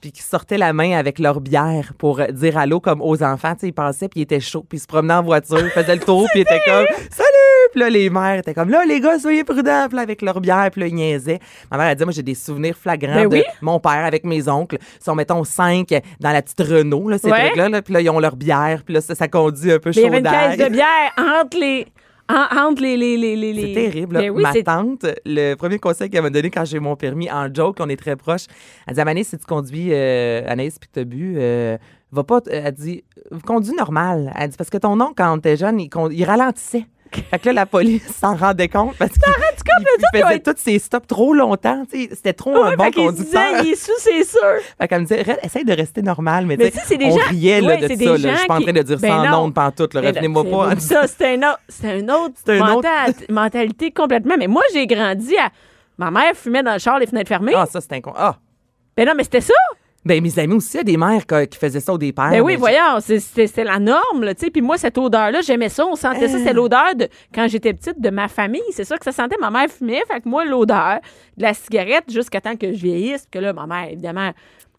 puis qui sortaient la main avec leur bière pour euh, dire allô comme aux enfants. Tu sais, ils passaient, puis ils étaient chauds, puis ils se promenaient en voiture, faisaient le
<laughs>
tour, puis ils étaient comme Salut! Puis là, les mères étaient comme Là, les gars, soyez prudents, puis là, avec leur bière, puis là, ils niaisaient. Ma mère, elle dit Moi, j'ai des souvenirs flagrants
Ben
de
oui.
mon père avec mes oncles. Ils sont, mettons, cinq dans la petite Renault, là, ces
Ouais.
trucs-là, là, puis là, ils ont leur bière, puis là, ça, ça conduit un peu
Mais il y
chaud
avait une caisse de bière entre les. en- entre les. les, les, les, les-
C'est terrible. là.
Ben oui,
ma
c'est-
tante, le premier conseil qu'elle m'a donné quand j'ai eu mon permis, en joke, on est très proches, elle dit Amanis, si tu conduis, euh, Anaïs, puis t'as bu, euh, va pas. t- Elle dit Conduis normal. Elle dit Parce que ton oncle, quand t'es jeune, il, con- il ralentissait. Fait que là, la police <laughs> s'en rendait compte parce qu'il il- il
qu'ils ont
faisait
été-
tous ses stops trop longtemps. tu sais, C'était trop
Ouais,
un bon
fait qu'il se
conducteur.
disait, il est sous, c'est sûr.
Fait qu'elle me disait, Re- essaye de rester normal. Mais,
Mais
tu
tu
sais,
sais, c'est des
on
gens-
riait là,
ouais,
de
c'est
ça.
des
là. Je suis pas en
gens
train de dire
qui-
sans
Ben non.
nom pantoute. là.
Mais là,
Revenez-moi
c'est
pas.
beau, Ça, c'est un autre, c'est un autre,
C'est un autre-
menta- mentalité complètement. Mais moi, j'ai grandi à. Ma mère fumait dans le char les fenêtres fermées.
Ah, ça, c'est incon. Ah!
Ben non, mais c'était ça.
Ben, mes amis aussi, il y a des mères que- qui faisaient ça ou des pères.
Ben oui,
Ah, mais-
voyons, c'est- c'était c'était la norme, là, tu sais. Puis moi, cette odeur-là, j'aimais ça. On sentait ça. C'était
Hein?
l'odeur de, quand j'étais petite, de ma famille. C'est ça que ça sentait. Ma mère fumait. Fait que moi, l'odeur de la cigarette, jusqu'à temps que je vieillisse, que là, ma mère, évidemment,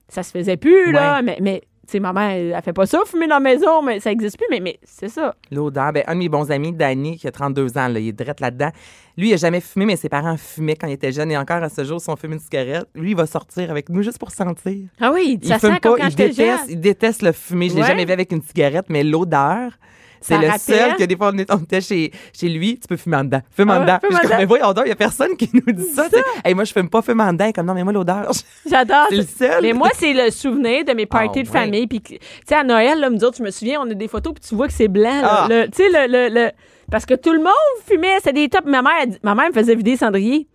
ça se faisait plus, là.
Ouais.
Mais, mais tu sais, ma mère, elle, elle fait pas ça, fumer dans la maison, mais ça existe plus. Mais, mais c'est ça.
L'odeur. Ben, un de mes bons amis, Danny, qui a 32 ans, là, il est drette là-dedans. Lui, il a jamais fumé, mais ses parents fumaient quand il était jeune. Et encore à ce jour, si on fume une cigarette, lui, il va sortir avec nous juste pour sentir.
Ah oui,
Il
ça
fume
sent comme
pas,
quand
il
j'étais jeune.
déteste, il déteste le fumer. Je l'ai
Ouais.
jamais vu avec une cigarette, mais l'odeur. C'est
Ça
le
rappelle.
seul que des fois on est- on était chez, chez lui, tu peux fumer en dedans. Fume
Ah
en
ouais,
dedans.
fume
Puis je
en
suis comme,
dedans.
mais voyons donc, il n'y a personne qui nous dit ça. tu sais. Hey, moi, je fume pas, fume en dedans. Comme, non, mais moi, l'odeur. <laughs>
J'adore.
C'est le seul.
Mais moi, c'est le souvenir de mes parties
Ah,
de
ouais.
famille. Puis, que- tu sais, à Noël, là, me dire, je me souviens, on a des photos, puis tu vois que c'est blanc. là.
Ah.
Le- Tu sais, le, le- le- Parce que tout le monde fumait, c'était des tops. Ma mère, elle dit- ma mère me faisait vider les cendriers.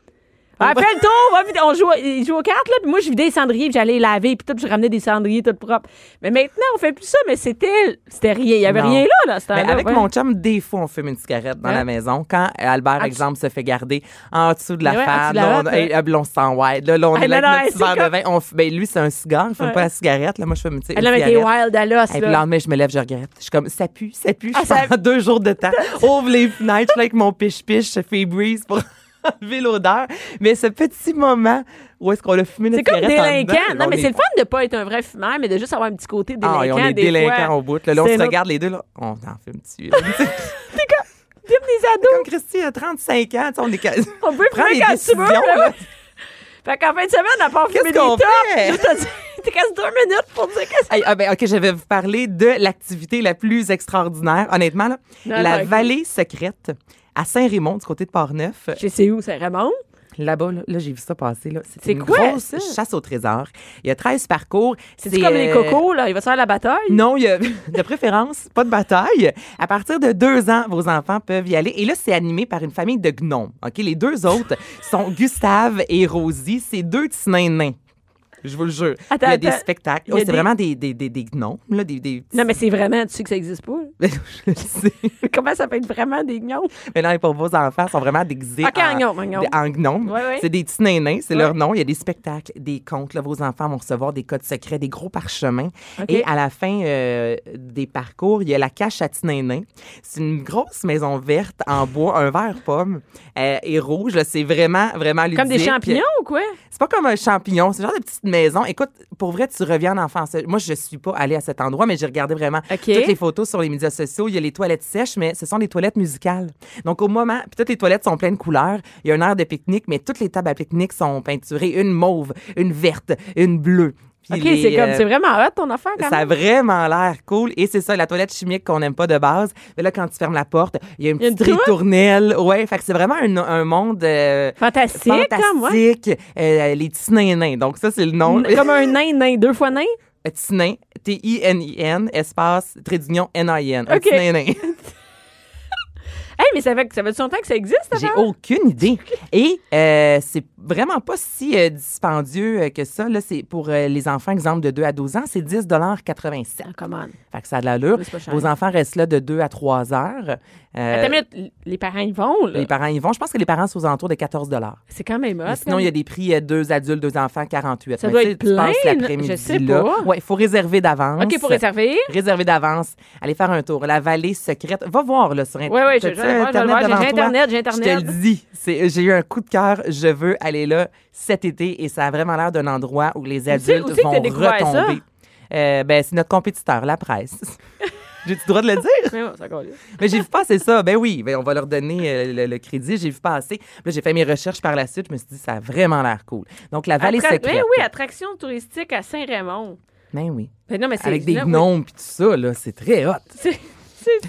Ah,
Après le tour, on va vider- on joue, ils jouent aux cartes, là, puis moi, je vidais les cendriers, puis j'allais les laver, puis tout, puis je ramenais des cendriers tout propres. Mais maintenant, on fait plus ça, mais c'était c'était rien. Il y avait
Non.
rien là, là, ce
Mais
temps-là,
avec
ouais.
mon chum, des fois, on fume une cigarette dans
Hein?
la maison. Quand euh, Albert,
Ah,
exemple, se fait garder en dessous de la
Ouais, en dessous
femme,
de la
là, on,
natte,
hey,
ouais.
hop, là, on se sent wide. Là, là, on
Ah,
est là
non, non,
avec notre
c'est
petit verre de
comme-
vin. On f- ben, lui, c'est un cigare. Il fume
Ouais.
pas la cigarette. Là, moi, je fume tu sais, une
Ah, non, mais t'es
cigarette.
wild à l'os,
Et puis le
là.
lendemain, je me lève, je regrette. Je suis comme, ça pue, ça pue.
Ah,
je
ça-
prends deux jours
<laughs>
de temps. Ouvre les fenêtres, je fais avec mon piche-piche, je fais breeze pour <laughs> enlever l'odeur. Mais ce petit moment où est-ce qu'on a fumé
C'est
notre
comme
cigarette en dedans,
délinquant.
là,
Non, mais
on
c'est
est-
le fun de pas être un vrai fumeur, mais de juste avoir un petit côté délinquant.
Ah, et on est
des fois.
délinquants au bout. Là, Là, on
C'est
se
notre-
regarde les deux. Là. On en fume dessus. là.
Type des ados.
comme Christy a 35 ans, tu sais, on
<laughs>
est quasi-
On peut
Prends
fumer
les
quand tu
décisions,
veux. là.
là.
Fait qu'en fin de semaine, à part
Qu'est-ce
fumer des
qu'on
tops,
fait?
je te dis, t'es cassé deux minutes pour dire qu'est-ce que
Hey, ah ben, OK, je vais vous parler de l'activité la plus extraordinaire, honnêtement. là.
Non,
la
non, ok.
vallée secrète à Saint-Raymond, du côté de Port-Neuf.
Je sais où, Saint-Ramon.
Là-bas, là, là, j'ai vu ça passer. là. C'est
C'est
une
quoi,
grosse
ça?
chasse au trésor. Il y a 13 parcours.
C'est comme les
euh,
cocos, là. Il va se faire la bataille.
Non, il y a <laughs> de préférence, pas de bataille. À partir de deux ans, vos enfants peuvent y aller. Et là, c'est animé par une famille de gnomes. Ok, Les deux autres <laughs> sont Gustave et Rosie. C'est deux petits nains nains. Je vous le jure.
Attends,
il y a des
attends.
spectacles.
Il y
Ouais,
a des-
c'est vraiment des, des, des, des gnomes. Là, des, des petits-
Non, mais c'est vraiment, tu sais que ça existe pas. là.
<laughs> Je le sais.
<laughs> Comment ça peut être vraiment des gnons?
Mais non, les pauvres enfants sont vraiment déguisés
Ok, en gnome, en gnome.
en gnome.
Ouais, ouais.
C'est des petits nains, c'est
Ouais.
leur nom. Il y a des spectacles, des contes. Là, vos enfants vont recevoir des codes secrets, des gros parchemins.
Ok.
Et à la fin euh, des parcours, il y a la cache à petits nains. C'est une grosse maison verte en bois, un vert pomme euh, et rouge. là. C'est vraiment, vraiment ludique.
Comme des champignons ou quoi?
C'est pas comme un champignon, c'est le genre de petite maison. Écoute, pour vrai, tu reviens en enfance. Moi, je suis pas allée à cet endroit, mais j'ai regardé vraiment
OK.
toutes les photos sur les médias sociaux. Il y a les toilettes sèches, mais ce sont des toilettes musicales. Donc, au moment, puis toutes les toilettes sont pleines de couleurs. Il y a un air de pique-nique, mais toutes les tables à pique-nique sont peinturées. Une mauve, une verte, une bleue. Puis
OK,
les,
c'est comme,
euh,
c'est vraiment hot ton affaire, quand
ça a
même.
vraiment l'air cool. Et c'est ça, la toilette chimique qu'on n'aime pas de base. Mais là, quand tu fermes la porte, il y a une
Il y a une
petite ritournelle. Ouais, fait que c'est vraiment un, un monde euh,
Fantastique, hein, moi.
fantastique. Euh, les petits nains nains. Donc, ça, c'est le nom. <laughs>
N- Comme un nain, nain, deux fois nain.
Un petit nain, T-I-N-I-N, espace, trait d'union, N-I-N. Un
Ok.
petit nain nain.
Hey, mais ça fait, ça fait longtemps que ça existe,
J'ai
avant?
aucune idée. Et euh, c'est vraiment pas si euh, dispendieux euh, que ça. Là, c'est pour euh, les enfants, exemple, de 2 à 12 ans, c'est 10,87
Ah, come on.
Fait que ça a de l'allure.
Oui, c'est pas cher.
Vos enfants restent là de 2 à 3 heures. Euh,
Attends une minute, les parents, ils vont, là.
les parents y vont. Je pense que les parents sont aux alentours de 14 dollars.
C'est quand même hot.
Sinon, il y a des prix euh, deux adultes, deux enfants, 48.
Ça
Mais
doit
tu sais,
être
tu passes
plein,
l'après-midi
je sais
là.
pas.
Ouais, il faut réserver d'avance.
OK, pour réserver.
Réserver d'avance. Allez faire un tour. La vallée secrète. Va voir là, sur
Ouais, ouais,
T'as
je-
ça,
je- vais le voir, je vais le voir, j'ai
devant toi.
Internet, j'ai
Je te
Internet.
le dis, c'est- j'ai eu un coup de cœur, je veux aller là cet été et ça a vraiment l'air d'un endroit où les
sais-
adultes
où c'est que
vont
t'as découvert ça?
retomber. Euh, ben, c'est notre compétiteur, la presse.
<laughs>
J'ai le droit de le dire?
Mais bon, c'est encore là.
<laughs> Mais j'ai vu passer ça. Ben oui, ben on va leur donner euh, le, le crédit. J'ai vu passer. Puis Là, j'ai fait mes recherches par la suite. Je me suis dit, ça a vraiment l'air cool. Donc, la vallée
Attra-
secrète.
Ben oui, attraction touristique à Saint-Raymond.
Ben oui.
Ben non, mais c'est-
Avec des
là, oui,
gnomes puis tout ça, là, c'est très hot.
<laughs> c'est- c'est-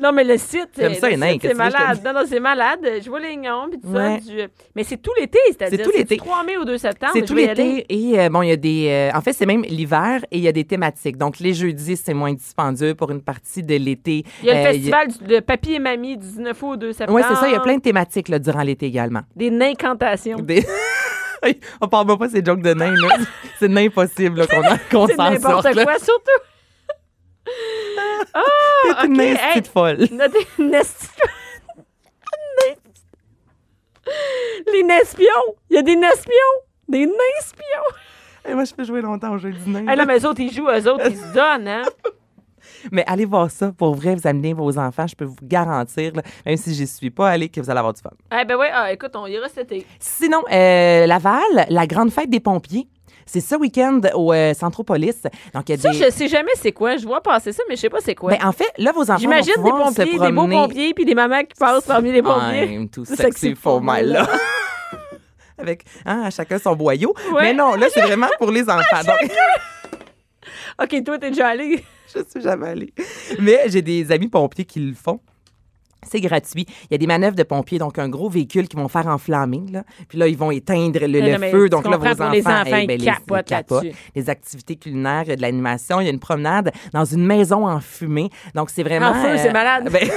Non, mais le site,
J'aime
euh,
ça,
le
les nains,
site,
qu'est-ce
c'est
que tu veux, je te
malade.
dis?
Non, non, c'est malade. Je vois les gnomes, puis tout
Ouais.
ça. du- euh, Mais c'est tout l'été, c'est-à-dire.
C'est tout
du
l'été.
3 mai au 2 septembre.
C'est
je
tout
vais y aller.
l'été et euh, bon, il y a des. euh, en fait, c'est même l'hiver et il y a des thématiques. Donc les jeudis, c'est moins dispendieux pour une partie de l'été.
Il y a le
Euh,
festival du- de Papy et Mamie du 19 août au 2 septembre.
Oui, c'est ça. Il y a plein de thématiques là, durant l'été également.
Des nincantations.
Des- <laughs> On parle pas ces jokes de nains,
<laughs>
là. C'est de nains impossible là, qu'on qu'on
C'est
s'en sorte.
n'importe
là.
quoi, surtout.
<laughs> T'es
Ah,
une
ok,
naine
hey. <laughs>
petite folle.
Notez- Nes- Les nespions! Il y a des nespions! Des nespions!
Hey, moi, je peux jouer longtemps au jeu du nain.
Hey,
là.
là, mais eux autres, ils jouent, eux autres, ils se donnent, <laughs> hein?
Mais allez voir ça. Pour vrai, vous amenez vos enfants, je peux vous garantir, là, même si j'y suis pas allée, que vous allez avoir du fun.
Eh ben ouais, ah, écoute, on ira cet été.
Sinon, euh, Laval, la grande fête des pompiers. C'est ce week-end au euh, Centropolis. Donc, il y a
Ça,
des...
je sais jamais c'est quoi. Je vois passer ça, mais je sais pas c'est quoi.
Ben, en fait, là, vos enfants
J'imagine
vont
des
pouvoir se
pompiers, des beaux
promener.
pompiers, puis des mamans qui passent parmi les pompiers.
I'm too sexy for my love. <laughs> Avec hein, à chacun son boyau.
Ouais.
Mais non, là, c'est vraiment
<laughs>
pour les enfants. Donc,
OK, toi, t'es déjà allé.
<laughs> je suis jamais allée. Mais j'ai des amis pompiers qui le font. C'est gratuit. Il y a des manœuvres de pompiers, donc un gros véhicule qu'ils vont faire enflammer. Là. Puis là, ils vont éteindre le,
Mais
le
non, mais
feu.
tu
Donc là, vos
comprends,
enfants,
pour les enfants,
eh, ben,
ils
les-
capotent
ils capotent.
là-dessus.
Des activités culinaires, il y a de l'animation, il y a une promenade dans une maison en fumée. Donc c'est vraiment.
En feu, c'est malade.
<laughs> ben,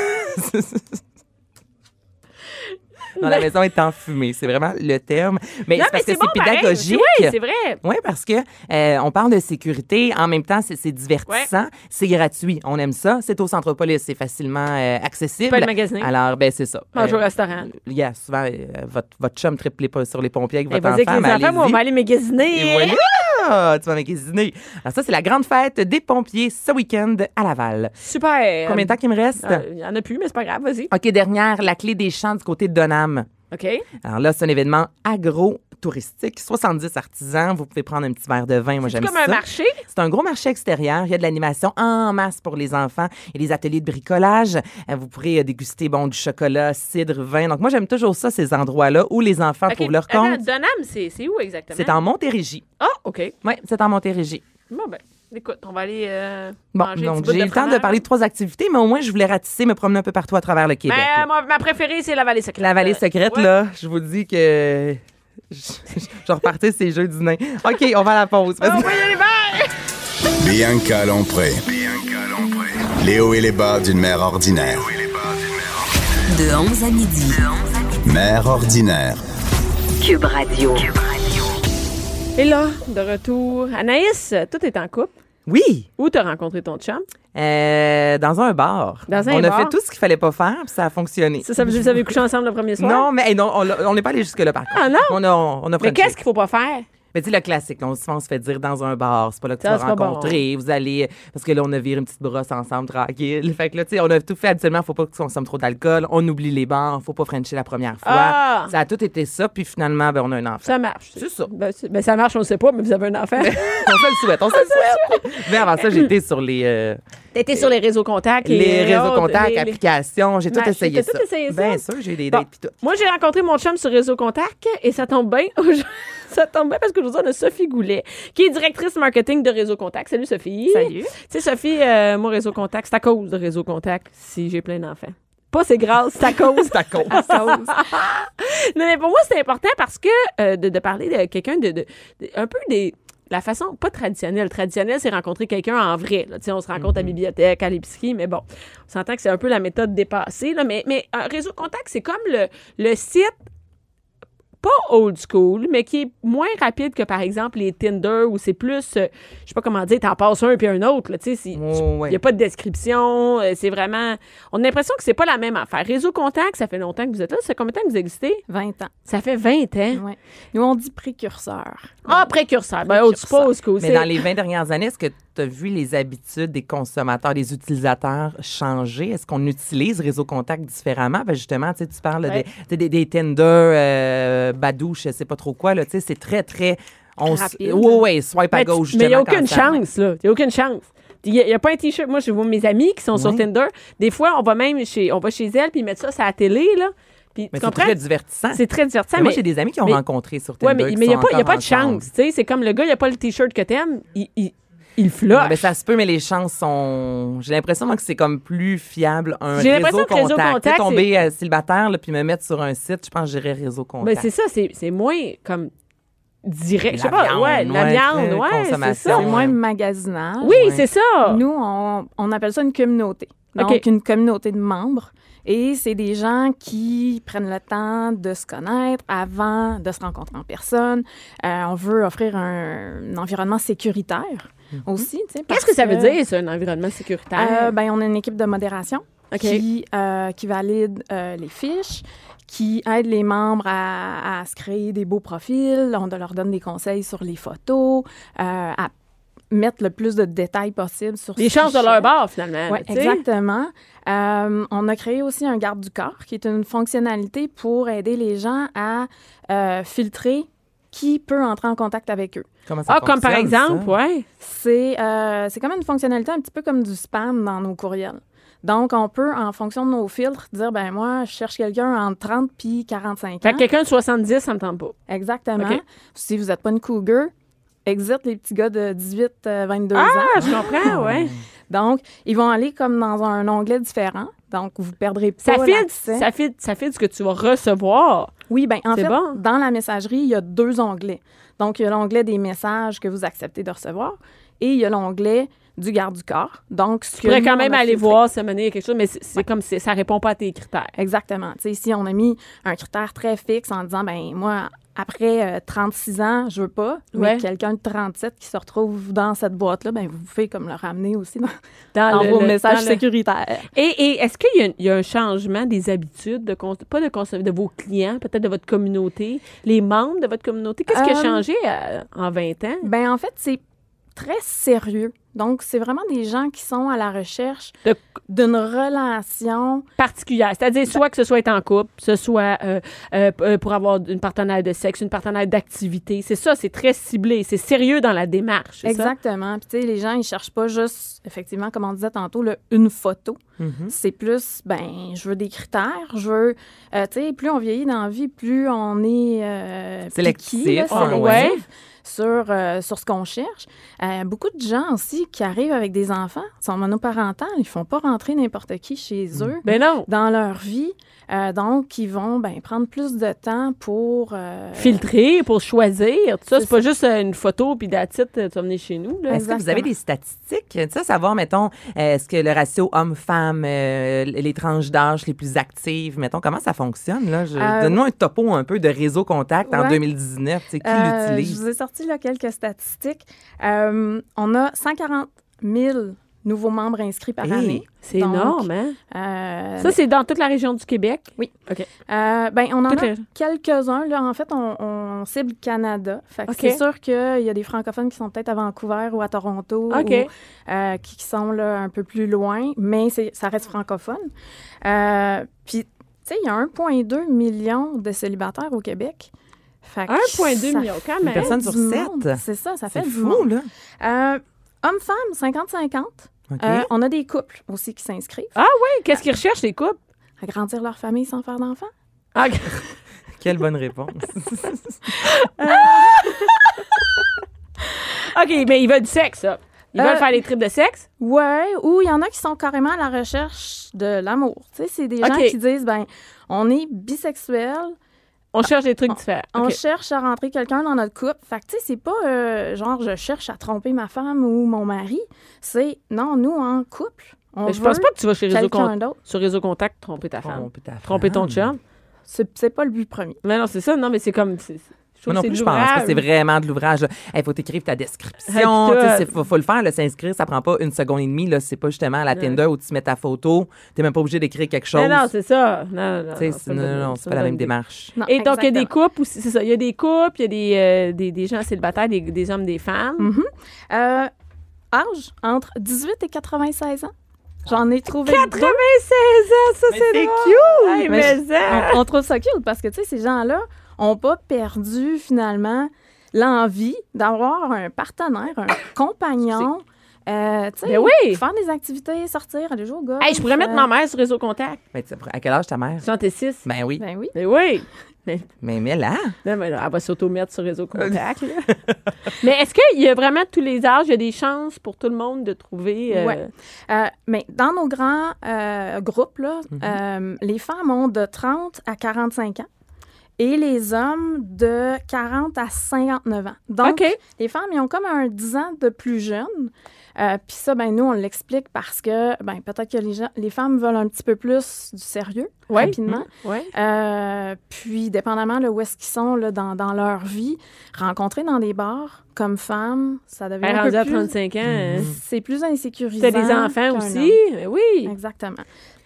Non, la maison est en fumée, c'est vraiment le terme. Mais
Non,
c'est parce
mais
que c'est
pareil.
pédagogique.
Oui, c'est vrai.
Oui, parce que euh, on parle de sécurité, en même temps, c'est c'est divertissant, c'est gratuit, on aime ça. C'est au Centropolis, c'est facilement euh, accessible.
Pas le magasin.
Alors, ben c'est ça.
Manger au
Euh,
restaurant.
yeah, souvent, euh, votre, votre chum tripe les pas sur les pompiers avec
Eh,
votre
Vas-y,
enfant,
avec
mais
les enfants, moi, on
allez-y.
va aller
Et
magasiner.
voilà! Tu vas magasiner. Alors ça, c'est la grande fête des pompiers ce week-end à Laval.
Euh, Super.
Combien de temps qu'il me reste?
Ah, Il y en a plus, mais c'est pas grave, vas-y.
OK, dernière, la clé des champs du côté de Donham.
OK.
Alors là, c'est un événement agro-touristique. 70 artisans. Vous pouvez prendre un petit verre de vin. Moi,
C'est
j'aime
comme
ça.
un marché.
C'est un gros marché extérieur. Il y a de l'animation en masse pour les enfants. Il y a des ateliers de bricolage. Euh, Vous pourrez euh, déguster bon, du chocolat, cidre, vin. Donc, moi, j'aime toujours ça, ces endroits-là où les enfants
OK.
trouvent Ah, leur
Attends,
compte.
Donham, c'est c'est où exactement?
C'est en Montérégie.
Ah, OK.
Oui, c'est en Montérégie.
Bon, ben, écoute, on va aller euh,
Bon,
manger un petit
donc
bout
j'ai eu le temps de
fromage.
parler de trois activités, mais au moins, je voulais ratisser, me promener un peu partout à travers le Québec.
Ben,
là.
moi, ma préférée, c'est la vallée secrète.
La vallée secrète,
Ouais.
là, je vous dis que <laughs> je, je repartais ces jeux du nain. OK, on va à la pause.
Ah, oui, allez, bye!
Bianca Lompré. Les hauts et les bas d'une mère ordinaire.
De 11 à midi.
Mère ordinaire.
Cube Radio.
Et là, de retour. Anaïs, toi, t'es en couple.
Oui,
Où t'as rencontré ton chum?
euh, dans un bar.
Dans un
on
bar.
a fait tout ce qu'il fallait pas faire, puis ça a fonctionné.
Ça, ça vous vous avez couché ensemble le premier soir?
Non, mais hey, non, on l'a- on n'est pas allé jusque-là, par contre.
Ah, non?
On a, on a
Mais
frenché.
qu'est-ce qu'il faut pas faire?
Mais tu sais, le classique, on, se- on se fait dire dans un bar, c'est pas là que tu
Ça,
vas
c'est pas bon.
rencontrer, vous allez... Parce que là, on a viré une petite brosse ensemble, tranquille. Fait que là, tu sais, on a tout fait. Habituellement, faut pas qu'on consomme trop d'alcool, on oublie les bars, faut pas frencher la première fois.
Ah!
Ça a tout été ça, puis finalement, ben, on a un enfant.
Ça marche.
C'est ça.
Ben, c'est- ben, ça marche, on le sait pas, mais vous avez un enfant.
on se le souhaite, on se le souhaite. Mais avant ça, j'étais sur les, euh,
T'étais sur les réseaux contacts. et
les réseaux
autres,
contacts,
les- les-
applications, j'ai tout
Mach-
essayé
t'as
ça.
tout essayé ça?
Bien sûr, j'ai eu des
Bon.
dates pis tout.
Moi, j'ai rencontré mon chum sur Réseau Contact et ça tombe bien. <laughs> ça tombe bien parce qu'aujourd'hui, on a Sophie Goulet, qui est directrice marketing de Réseau Contact. Salut, Sophie.
Salut.
Tu sais, Sophie, euh, moi, Réseau Contact, c'est à cause de Réseau Contact si j'ai plein d'enfants. Pas c'est grâce, c'est à
<laughs>
cause.
C'est à cause.
Ah, non, mais pour moi, c'est important parce que euh, de, de parler de quelqu'un de, de- de- un peu des la façon pas traditionnelle. Traditionnelle, c'est rencontrer quelqu'un en vrai. là. Tu sais, On se rencontre à la bibliothèque, à l'épicerie, mais bon, on s'entend que c'est un peu la méthode dépassée. Là, mais, mais un réseau contact, c'est comme le, le site pas old school, mais qui est moins rapide que, par exemple, les Tinder, où c'est plus, euh, je sais pas comment dire, t'en passes un puis un autre. là, Tu sais, c'est-
Ouais,
tu-
ouais.
y a pas de description. euh, C'est vraiment... On a l'impression que c'est pas la même affaire. Réseau Contact, ça fait longtemps que vous êtes là. Ça fait combien de temps que vous existez?
20 ans.
<laughs> Ça fait 20 ans.
Ouais. Nous, on dit précurseur.
Ah, précurseur. Ben, oh, tu
Précurseur.
poses que
Mais dans les 20 dernières années, est-ce que tu as vu les habitudes des consommateurs, des utilisateurs changer? Est-ce qu'on utilise Réseau Contact différemment? Parce que justement, tu sais, tu parles
Ouais.
des, tu sais, des, des Tinder, euh, Badou, je sais pas trop quoi. là, tu sais, C'est très, très... On s-
Rapide.
Ouais, ouais, swipe à
Mais tu-
gauche.
Mais il n'y a
justement,
aucune
quand ça-
chance, là. Il n'y a aucune chance. Il n'y a, pas un t-shirt. Moi, je vois mes amis qui sont sur
Ouais.
Tinder. Des fois, on va même chez, on va chez elles, puis ils mettent ça sur la télé, là. Puis,
Mais
tu
c'est
comprends?
très divertissant.
C'est très divertissant.
Mais
Mais
moi, j'ai des amis qui ont
mais-
rencontré sur Tinder.
Ouais, mais
qui
il n'y a,
sont
pas- il y a
encore
pas de
ensemble.
chance. tu sais. C'est comme le gars, il n'y a pas le t-shirt que t'aimes, il, il, il floche.
Non, mais ça se peut, mais les chances sont. J'ai l'impression moi, que c'est comme plus fiable un
J'ai
réseau
l'impression que
contact.
Réseau Contact,
Tu sais, tomber euh, célibataire là, puis me mettre sur un site, je pense que j'irais réseau
Ben,
contact.
c'est ça, c'est c'est moins comme direct. Je sais
La
pas,
viande,
ouais, la
ouais,
viande,
très
ouais, c'est
consommation.
ça.
C'est moins magasinage.
Ah. Oui,
Ouais.
c'est ça.
Nous, on, on appelle ça une communauté. Donc,
OK.
une communauté de membres. Et c'est des gens qui prennent le temps de se connaître avant de se rencontrer en personne. Euh, on veut offrir un, un environnement sécuritaire aussi. tu sais, parce
Mhm. Qu'est-ce que ça veut dire, ça, un environnement sécuritaire?
Euh, ben, on a une équipe de modération
OK.
qui, euh, qui valide euh, les fiches, qui aide les membres à, à se créer des beaux profils. On leur donne des conseils sur les photos, euh, à mettre le plus de détails possible sur
Les
ce
chances de
fichier.
leur bord, finalement.
Oui,
tu sais.
exactement. Euh, on a créé aussi un garde du corps, qui est une fonctionnalité pour aider les gens à euh, filtrer qui peut entrer en contact avec eux.
Comment ça
Ah, comme par
fonctionne,
exemple,
ça?
ouais.
C'est euh, c'est comme une fonctionnalité un petit peu comme du spam dans nos courriels. Donc, on peut, en fonction de nos filtres, dire, ben moi, je cherche quelqu'un entre 30 puis 45
Fait
ans.
que quelqu'un de 70, ça me tente pas.
Exactement.
OK.
Si vous n'êtes pas une cougar, exit les petits gars de 18-22 ans.
Ah, je comprends, ouais.
Donc, ils vont aller comme dans un onglet différent. Donc, vous perdrez pas
Ça file,
l'accès.
ça file, ça file ce que tu vas recevoir.
Oui, ben en
C'est
fait,
bon.
dans la messagerie, il y a deux onglets. Donc, il y a l'onglet des messages que vous acceptez de recevoir et il y a l'onglet du garde du corps. Donc, ce
Tu pourrais
que
quand
nous,
même
on a
aller
filtré.
voir se mener quelque chose, mais c'est c'est comme si ça répond pas à tes critères.
Exactement. Tu sais, ici, on a mis un critère très fixe en disant, ben moi, après euh, 36 ans, je veux pas.
Ouais.
Mais quelqu'un de 37 qui se retrouve dans cette boîte-là, ben vous pouvez comme le ramener aussi dans,
Dans,
dans
Ah, le-
vos
le-
messages
dans le-
sécuritaires.
Et, et est-ce qu'il y a un- il y, a un changement des habitudes, de cons- pas de consommer, de vos clients, peut-être de votre communauté, les membres de votre communauté? Qu'est-ce qui a
Euh,
changé euh, en 20 ans?
<laughs> Ben en fait, c'est très sérieux. Donc, c'est vraiment des gens qui sont à la recherche
De-
d'une relation
Particulière. C'est-à-dire, soit que ce soit être en couple, ce soit euh, euh, p- euh, pour avoir une partenaire de sexe, une partenaire d'activité. C'est ça, c'est très ciblé. C'est sérieux dans la démarche. c'est ça?
Exactement. Puis, tu sais, les gens, ils cherchent pas juste, effectivement, comme on disait tantôt, là, une photo.
Mhm.
Mm-hmm.
C'est plus, ben, je veux des critères, je veux. euh, tu sais, plus on vieillit dans la vie, plus on est. euh,
Sélectif,
piqué, là,
ah,
sélectif
ouais.
Sur, euh, sur ce qu'on cherche. Euh, beaucoup de gens aussi qui arrivent avec des enfants, sont monoparentales, ils font pas rentrer n'importe qui chez eux
Ben non.
dans leur vie. Euh, donc, ils vont ben, prendre plus de temps pour. euh,
Filtrer pour choisir. Tout ça,
c'est
c'est pas juste euh, une photo puis d'attitude, tu vas venir chez nous. Là.
Est-ce que vous avez
Exactement.
des statistiques? Tu sais, savoir, mettons, euh, est-ce que le ratio homme-femme, euh, les tranches d'âge les plus actives, mettons, comment ça fonctionne? là? Je-
Euh,
Donne-moi un topo un peu de réseau contact en
ouais.
2019. tu sais, Qui
Euh,
l'utilise?
Je vous ai sorti là, quelques statistiques. Euh, on a 140 000 nouveaux membres inscrits par
Hey.
année.
C'est
Donc,
énorme, hein?
Euh,
Ça, c'est dans toute la région du Québec.
euh, ben, on en
Toute
a
la-
quelques-uns. Là. En fait, on, on cible Canada. Fait que
OK.
C'est sûr qu'il y a des francophones qui sont peut-être à Vancouver ou à Toronto
OK.
ou, euh, qui, qui sont là, un peu plus loin, mais c'est- ça reste francophone. Euh, Puis, tu sais, il y a 1,2 million de célibataires au Québec. Fait que
1,2
ça
million, quand
Une
même.
personne sur
du monde.
sept.
C'est ça, ça fait
C'est
du
fou,
monde.
là.
Euh, Hommes-femmes, 50-50.
OK.
Euh, on a des couples aussi qui s'inscrivent
Qu'est-ce qu'ils recherchent, les couples?
à grandir leur famille sans faire d'enfants.
Ah,
Quelle bonne réponse.
OK, mais ils veulent du sexe, ça. Ils
Euh,
veulent faire les tripes de sexe?
Ouais, ou il y en a qui sont carrément à la recherche de l'amour. Tu sais, c'est des gens
Ok.
qui disent ben, on est bisexuel,
On cherche des trucs différents.
on
OK.
cherche à rentrer quelqu'un dans notre couple. Fait que tu sais, c'est pas euh, genre je cherche à tromper ma femme ou mon mari. C'est non, nous en couple, on
Mais je
veut
pense pas que tu vas chez Réseau
quelqu'un
Contact,
d'autre.
sur Réseau Contact tromper ta femme.
Tromper ta
Tromper ton
femme.
chum.
C'est c'est pas le but premier.
Mais non, c'est ça. Non, mais c'est comme. c'est- Je trouve
Moi non
que
plus,
c'est
je pense pas.
l'ouvrage.
C'est vraiment de l'ouvrage. Il faut t'écrire ta
Ah, <laughs>
description.
puis
Il
toi-
faut, faut le faire. là, S'inscrire, ça prend pas une seconde et demie. là. C'est pas justement à la
Ouais.
Tinder où tu mets ta photo. T'es même pas obligé d'écrire quelque chose.
Mais non, c'est ça. Non, non, non.
Tu sais,
ça
c'est-
me
non,
donne-
non, non,
ça
c'est
me
pas la
donne
même
des-
démarche.
Non,
Et donc, il y a des
exactement.
couples aussi, c'est ça. Il
Mm.
y a des couples, il y a des, euh, des, des gens célibataires, des, des hommes, des femmes.
Mhm. Euh, âge, entre 18 et 96 ans. J'en ai trouvé deux.
96 ans, ça, c'est
c'est
drôle. Hey,
Mais
mais
je-
hein.
on, on trouve ça cute parce que, tu sais, ces gens-là n'ont pas perdu finalement l'envie d'avoir un partenaire,
<coughs>
un compagnon. Euh, tu sais,
Ben oui.
Faire des activités, sortir, aller jouer au golf.
Hey, je pourrais mettre
euh,
ma mère sur réseau contact.
Mais tu- à quel âge ta mère?
66.
Ben oui.
Ben oui.
Mais oui.
Mais, mais là,
Non, mais là, elle va s'auto-mettre sur réseau contact. là. <laughs> mais est-ce qu'il y a vraiment tous les âges, il y a des chances pour tout le monde de trouver. euh,
Ouais. Euh, mais dans nos grands euh, groupes, là,
Mhm.
euh, les femmes ont de 30 à 45 ans et les hommes de 40 à 59 ans. Donc,
OK.
les femmes, ils ont comme un 10 ans de plus jeune. Euh, Puis ça, ben, nous, on l'explique parce que ben, peut-être que les, gens, les femmes veulent un petit peu plus du sérieux
Ouais. mm,
rapidement.
Ouais.
Euh, puis, dépendamment de où est-ce qu'ils sont là, dans, dans leur vie, rencontrer dans des bars comme femme, ça devient
Elle est
un
rendue
peu
Ben, à
plus...
35 ans. hein.
C'est plus insécurisant.
T'as des enfants
qu'un
aussi. Mais oui.
homme. Exactement.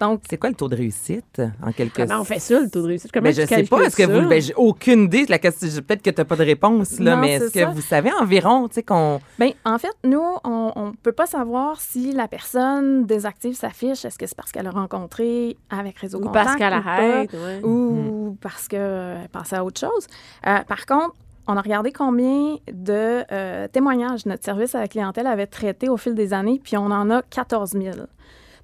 Donc,
c'est quoi le taux de réussite en quelque
Comment on fait ça, le taux de réussite? Comment
Mais
tu
Ben, je sais
calcules
pas, est-ce que
ça?
vous. ben, j'ai aucune idée. La question, j'ai- peut-être que tu n'as pas de réponse, là,
Non,
mais
c'est
est-ce que
ça.
vous savez environ, tu sais, qu'on.
ben, en fait, nous, on ne peut pas savoir si la personne désactive sa fiche. Est-ce que c'est parce qu'elle a rencontré avec Réseau
Ou
Contact
parce qu'elle
ou pas?
arrête. ouais.
ou
Mm.
parce qu'elle pensait à autre chose. Euh, par contre, on a regardé combien de euh, témoignages notre service à la clientèle avait traité au fil des années, puis on en a 14 000.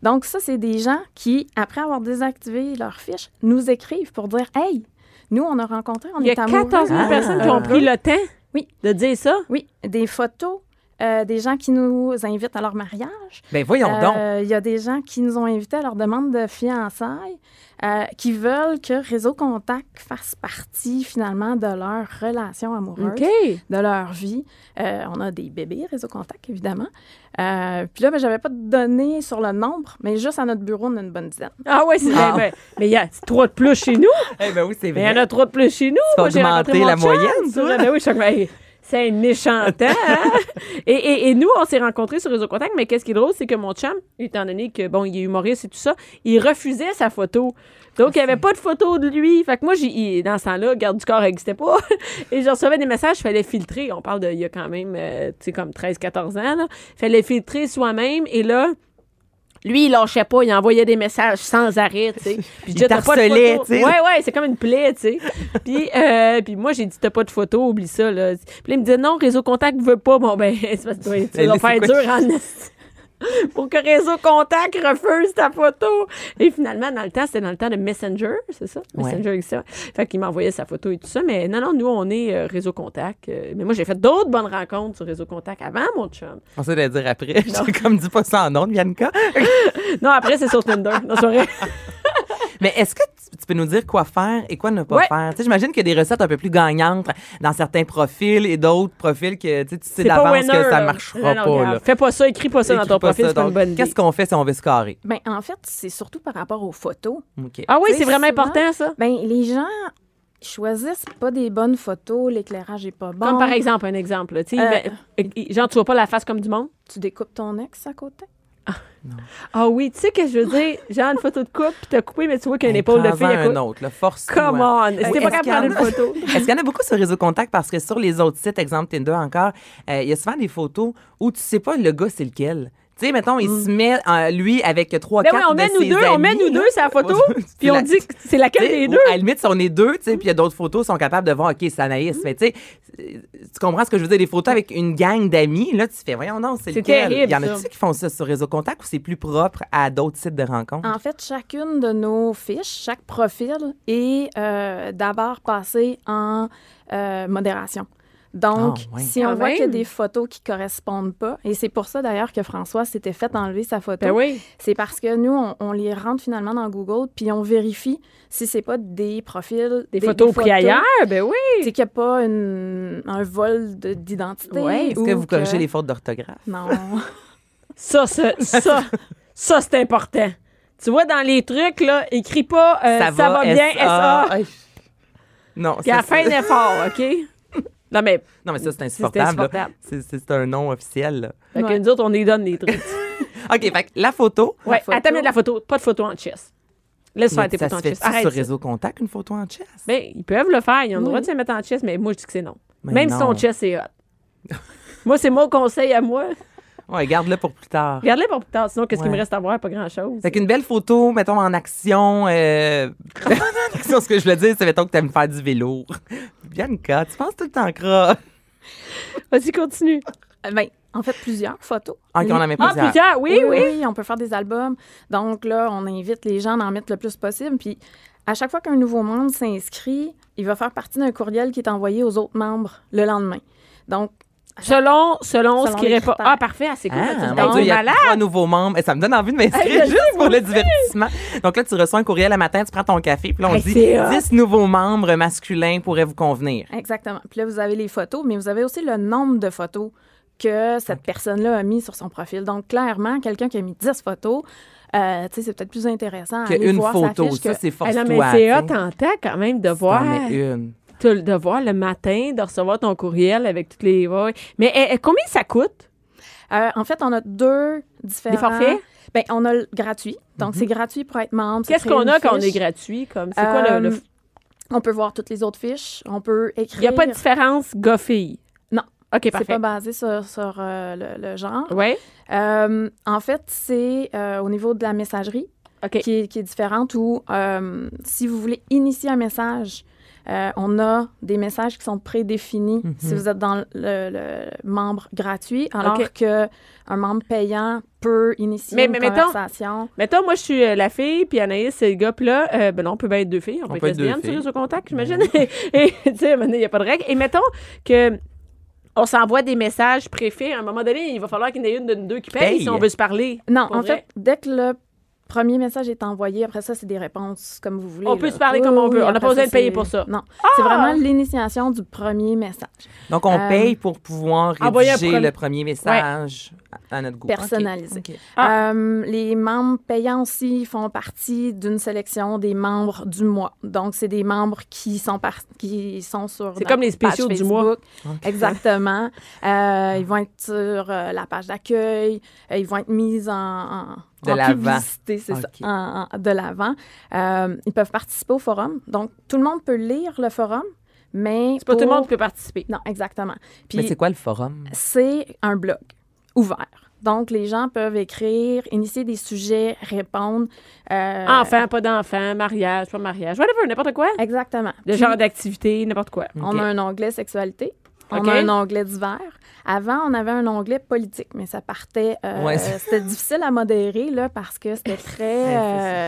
Donc, ça, c'est des gens qui, après avoir désactivé leur fiche, nous écrivent pour dire Hey, nous, on a rencontré, on
Il y a
est amoureux.
14 000
Ah.
personnes qui ont pris le temps
Oui.
de dire ça.
Oui, des photos, euh, des gens qui nous invitent à leur mariage.
Ben voyons
Euh,
donc.
Il y a des gens qui nous ont invités à leur demande de fiançailles, euh, qui veulent que Réseau Contact fasse partie finalement de leur relation amoureuse,
OK.
de leur vie. Euh, on a des bébés Réseau Contact, évidemment. Euh, Puis là, ben, j'avais pas de données sur le nombre, mais juste à notre bureau, on a une bonne dizaine.
Ah ouais, c'est
Ah.
ben, ben, Mais il y a trois de plus chez nous.
Eh ben oui, c'est
Mais il y en
vrai.
a trois de plus chez nous.
Tu
Moi,
vas
j'ai rencontré
augmenter
mon
la
chum,
moyenne,
ça.
toi.
Ben oui, je suis comme, hey, c'est un méchant
<laughs>
temps. hein? et, et, et nous, on s'est rencontrés sur Réseau Contact, mais qu'est-ce qui est drôle, c'est que mon chum, étant donné que bon, il est humoriste et tout ça, il refusait sa photo. Donc, il
Ah,
n'y avait pas de photo de lui. Fait que moi, j'ai, il- dans ce temps-là, garde du corps n'existait pas. <laughs> et je recevais des messages, il fallait filtrer. On parle de, il y a quand même, euh, tu sais, comme 13-14 ans, là. fallait filtrer soi-même. Et là, lui, il lâchait pas, il envoyait des messages sans arrêt,
<laughs>
tu sais. Puis
Il
je dis, T'as pas de
t'harcelait,
photo.
tu sais.
Ouais, ouais, c'est comme une plaie, tu sais. puis, euh, puis moi, j'ai dit, t'as pas de photo, oublie ça, là. Puis là, il me disait, non, Réseau Contact veut pas. Bon, ben, <laughs> c'est parce que toi, tu
Mais
vas
c'est
faire
quoi
dur
qui-
en esti. <laughs> Pour que Réseau Contact refuse ta photo. Et finalement, dans le temps, c'était dans le temps de Messenger, c'est ça?
Ouais.
Messenger, etc. Fait qu'il m'envoyait sa photo et tout ça. Mais non, non, nous, on est euh, Réseau Contact. Euh, mais moi, j'ai fait d'autres bonnes rencontres sur Réseau Contact avant, mon chum.
On sait le dire après. <laughs> J'ai comme dit pas ça en nom, Bianca.
Non, après, c'est sur Tinder. Non, c'est
<laughs>
vrai.
Mais est-ce que tu- tu peux nous dire quoi faire et quoi ne pas
Ouais.
faire? Tu sais, J'imagine qu'il y a des recettes un peu plus gagnantes dans certains profils et d'autres profils que tu sais, tu sais
C'est pas
d'avance
winner,
que ça
là.
marchera
Non, non,
pas.
regarde,
là.
Fais pas ça, écris pas ça
Écris
dans ton
pas
profil,
ça.
c'est pas une
Donc,
bonne idée.
Qu'est-ce qu'on fait si on veut se carrer?
Ben, en fait, c'est surtout par rapport aux photos.
OK.
Ah oui,
Tu sais,
c'est vraiment
souvent,
important, ça.
Ben, les gens choisissent pas des bonnes photos, l'éclairage est pas bon.
Comme par exemple, un exemple. là, tu sais,
Euh,
ben, euh, genre, tu vois pas la face comme du monde.
Tu découpes ton ex à côté.
Ah oui, tu sais que je veux dire, genre une photo de coupe, puis t'as coupé, mais tu vois qu'il y a une
Hey,
épaule de
prends-en
fille à
un
côté.
autre, là, force
Come <laughs> on! Si t'es
Est-ce
pas capable de prendre une
qu'il y en a-
photo.
Est-ce qu'il y en a beaucoup sur Réseau Contact? Parce que sur les autres sites, exemple Tinder encore, euh, il y a souvent des photos où tu sais pas le gars c'est lequel. Tu sais, mettons, il se met, euh, lui, avec
Mm.
trois,
Ben oui,
quatre
on met
de
nous
ses
deux, on met
amis,
nous
là.
deux sa photo,
<laughs> C'est
puis on
la-
dit que c'est laquelle
T'sais,
des
ou
deux.
À la limite, si on est deux, tu sais, puis il y a d'autres photos, sont capables de voir, OK, c'est Anaïs.
Mm-hmm.
Mais tu sais, tu comprends ce que je veux dire? Des photos avec une gang d'amis, là, tu fais, voyons, non, c'est
C'est
lequel?
terrible,
Il y en
ça.
a-tu qui font ça sur Réseau Contact ou c'est plus propre à d'autres sites de rencontres?
Ah,
En fait, chacune de nos fiches, chaque profil est euh, d'abord passé en euh, modération. Donc,
Ah, ouais.
si on
Quand
voit
même.
qu'il y a des photos qui correspondent pas, et c'est pour ça d'ailleurs que François s'était fait enlever sa photo,
Ben oui.
c'est parce que nous, on, on les rentre finalement dans Google, puis on vérifie si c'est pas des profils,
Des photos prises ailleurs, ben oui.
c'est qu'il n'y a pas une- un vol de- d'identité.
Ouais,
Est-ce
ou
que vous corrigez les fautes d'orthographe? <laughs>
Non.
Ça, ça, ça, <laughs> ça, c'est important. Tu vois, dans les trucs, là, écris pas euh, ça, va, bien,
SA. <laughs>
S.A.
Aïe. Non,
Puis à
ça,
la fin,
c'est-
un effort, OK? Non, mais
non, mais ça, c'est
c'était
insupportable. là.
insupportable.
C'est- C'est c'est un nom officiel. là.
Fait que
Ouais.
nous autres, on les donne les trucs.
OK, fait que la photo.
Ouais,
photo.
attends, mais de la photo. Pas de photo en chess. Laisse faire
Ça
tes photos
se
en
fait
chess. Arrête.
sur
ça.
Réseau Contact, une photo en chess?
Ben, ils peuvent le faire. Ils ont le droit de se mettre en chess, mais moi, je dis que c'est non.
Mais
Même si
non. <laughs>
ton chess est hot. moi, c'est mon conseil à moi.
Ouais, garde-le pour plus tard.
Regardez pour plus tard, sinon, qu'est-ce qu'il
Ouais.
me reste à voir? Pas grand-chose.
Fait qu'une belle photo, mettons, en action. euh, <laughs> en action, ce que je veux dire, c'est mettons que t'aimes faire du vélo. <laughs> Bianca, tu penses tout le temps gras.
Vas-y, continue.
Euh, ben, en fait, plusieurs photos.
Ok, on en met
Ah,
plusieurs.
plusieurs, oui, oui.
on peut faire des albums. Donc là, on invite les gens à en mettre le plus possible. Puis à chaque fois qu'un nouveau membre s'inscrit, il va faire partie d'un courriel qui est envoyé aux autres membres le lendemain. Donc,
Selon, selon, ce
Selon
qui
les
répond.
critères.
Ah, parfait, c'est cool.
Ah,
ça,
mon
c'est
Dieu, il y a
malade.
trois nouveaux membres. Et ça me donne envie de m'inscrire juste pour le divertissement. Donc là, tu reçois un courriel le matin, tu prends ton café, puis là, on
Hey,
dit
c'est hot.
10 nouveaux membres masculins pourraient vous convenir.
exactement. Puis là, vous avez les photos, mais vous avez aussi le nombre de photos que cette personne-là a mis sur son profil. Donc, clairement, quelqu'un qui a mis 10 photos, euh, tu sais, c'est peut-être plus intéressant à
Que
aller
une
voir sa
photo,
fiche
ça,
que-
c'est
Ah
force-toi.
non, mais c'est hot
tu sais.
en temps quand même de voir,
T'en mets une.
te- de voir le matin, de recevoir ton courriel avec toutes les. ouais. Mais eh, eh, combien ça coûte?
Euh, en fait, on a deux différents...
forfaits? Mhm.
Ben, on a le gratuit. Donc, c'est gratuit pour être membre. c'est
Qu'est-ce
créer
qu'on
une
a quand on est
fiche.
gratuit? comme C'est quoi le-
Euh,
le.
On peut voir toutes les autres fiches. On peut écrire.
Il n'y a pas de différence gars-fille?
Non.
OK,
C'est
parfait.
pas basé sur, sur, euh, le, le genre.
Oui?
Euh, en fait, c'est euh, au niveau de la messagerie
OK.
qui, est, qui est différente où euh, si vous voulez initier un message, euh, on a des messages qui sont prédéfinis si vous êtes dans le, le membre gratuit, alors
OK.
que un membre payant peut initier
Mais-
une
mais mettons-
conversation.
Mettons, moi, je suis euh, la fille, puis Anaïs, c'est le gars, puis là, euh, ben non, on peut bien être deux filles, Ben on, peut être lesbienne,
filles.
sur au contact, j'imagine. <laughs> Et, tu sais, à un moment donné, il n'y a pas de règle. Et mettons que on s'envoie des messages préfets. À un moment donné, il va falloir qu'il y en ait une de nous deux qui paye,
Paye.
si on veut se parler.
Non,
Pour
en
vrai.
fait, dès que le premier message est envoyé, après ça, c'est des réponses comme vous voulez.
On peut
là.
se parler
Oui,
comme on
oui,
veut.
oui,
On n'a pas
après
besoin de payer
c'est-
pour ça. Ah!
Non, c'est vraiment l'initiation du premier message.
Donc, on
Euh,
paye pour pouvoir
envoyer un
rédiger
premier-
le premier message à à notre goût.
Personnalisé.
Ok, ok.
Euh, les membres payants aussi font partie d'une sélection des membres du mois. Donc, c'est des membres qui sont, par- qui sont sur.
C'est
notre
comme les spéciaux
page
du mois. Ah. <laughs>
Facebook. Exactement. Euh, ils vont être sur euh, la page d'accueil. Euh, ils vont être mis en, en,
De
en
l'avant.
publicité, c'est ça,
Ok.
en- en- de l'avant. Euh, ils peuvent participer au forum. Donc, tout le monde peut lire le forum, mais.
C'est pas tout le
pour-
monde qui peut participer.
Non, exactement.
Mais
Puis-
c'est quoi le forum?
c'est un blog ouvert. Donc, les gens peuvent écrire, initier des sujets, répondre. euh,
Ah,
Enfant, pas d'enfant, mariage, pas mariage, whatever, n'importe quoi.
Exactement.
Le
Puis,
genre d'activité, n'importe quoi.
On a un onglet sexualité. On
OK.
a un onglet divers. Avant, on avait un onglet politique, mais ça partait. euh,
Ouais, c'est-
c'était difficile à modérer là, parce
<laughs>
que c'était très euh,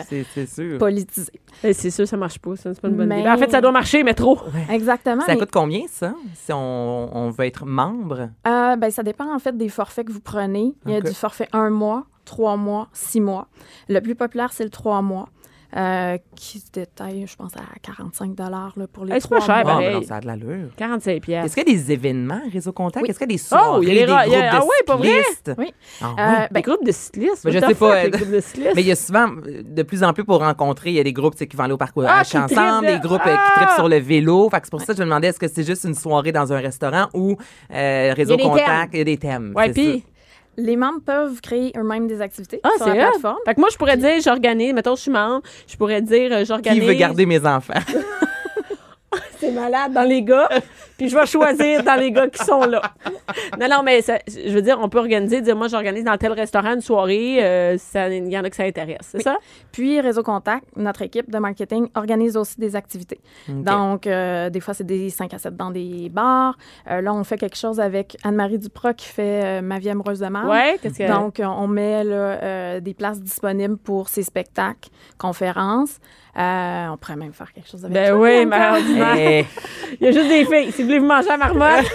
Ouais, c'est- C'est c'est sûr.
politisé.
Eh, C'est sûr, ça marche pas, ça. C'est pas une bonne
Mais-
idée. En fait, ça doit marcher, mais trop.
Exactement.
Ça
mais,
coûte combien, ça, si on, on veut être membre?
euh, ben, ça dépend en fait des forfaits que vous prenez. Il y a
OK.
du forfait un mois, trois mois, six mois. Le plus populaire, c'est le trois mois. euh, qui se détaille, je pense, à 45 là, pour les
Eh, c'est pas
trois
cher,
mois.
Ah,
pareil.
ben non, ça a de l'allure.
45 pièces.
Est-ce qu'il y a des événements, Réseau Contact? Est-ce qu'il y a des soirées,
Euh, Oh, il y a
des
des ra-
groupes
il y a-
de
ah ouais, pas vrai?
cyclistes?
Oui.
Ah ouais.
Euh,
Des
ben,
groupes de cyclistes?
Mais je
What the
sais pas,
fuck,
elle-
Des groupes de cyclistes?
Mais il y a souvent, euh, de plus en plus pour rencontrer, il y a des groupes tu sais, qui vont aller au parcours
Ah,
H
qui trippent,
ensemble,
là.
des groupes euh,
Ah!
qui trippent sur le vélo. Fait que c'est pour ça que je me demandais, est-ce que c'est juste une soirée dans un restaurant ou euh, Réseau
Il y a des thèmes.
Contact, il y a des thèmes.
Ouais,
c'est ça.
puis.
les membres peuvent créer eux-mêmes des activités
Ah,
sur
c'est
la
hot.
plateforme.
Fait que moi, je pourrais dire, j'organise, mettons, je suis membre, je pourrais dire, euh,
Qui
j'organise.
veut garder mes enfants? <laughs>
C'est malade dans les gars, <laughs> puis je vais choisir dans les gars qui sont là. Non, non, mais ça- je veux dire, on peut organiser, dire, moi, j'organise dans tel restaurant une soirée, euh, ça- il y en a que ça intéresse, c'est ça?
Puis Réseau Contact, notre équipe de marketing organise aussi des activités. Donc, euh, des fois, c'est des 5 à 7 dans des bars. Euh, là, on fait quelque chose avec Anne-Marie Duprat qui fait euh, Ma vie amoureuse de
Ah.
marbre.
Ouais, qu'est-ce que.
Donc, euh, on met là, euh, des places disponibles pour ces spectacles, conférences. Euh, on pourrait même faire quelque chose avec
ben
toi,
oui,
Bianca.
mais
Eh,
Il y a juste des filles. Si vous voulez vous manger à
<laughs>
marmotte.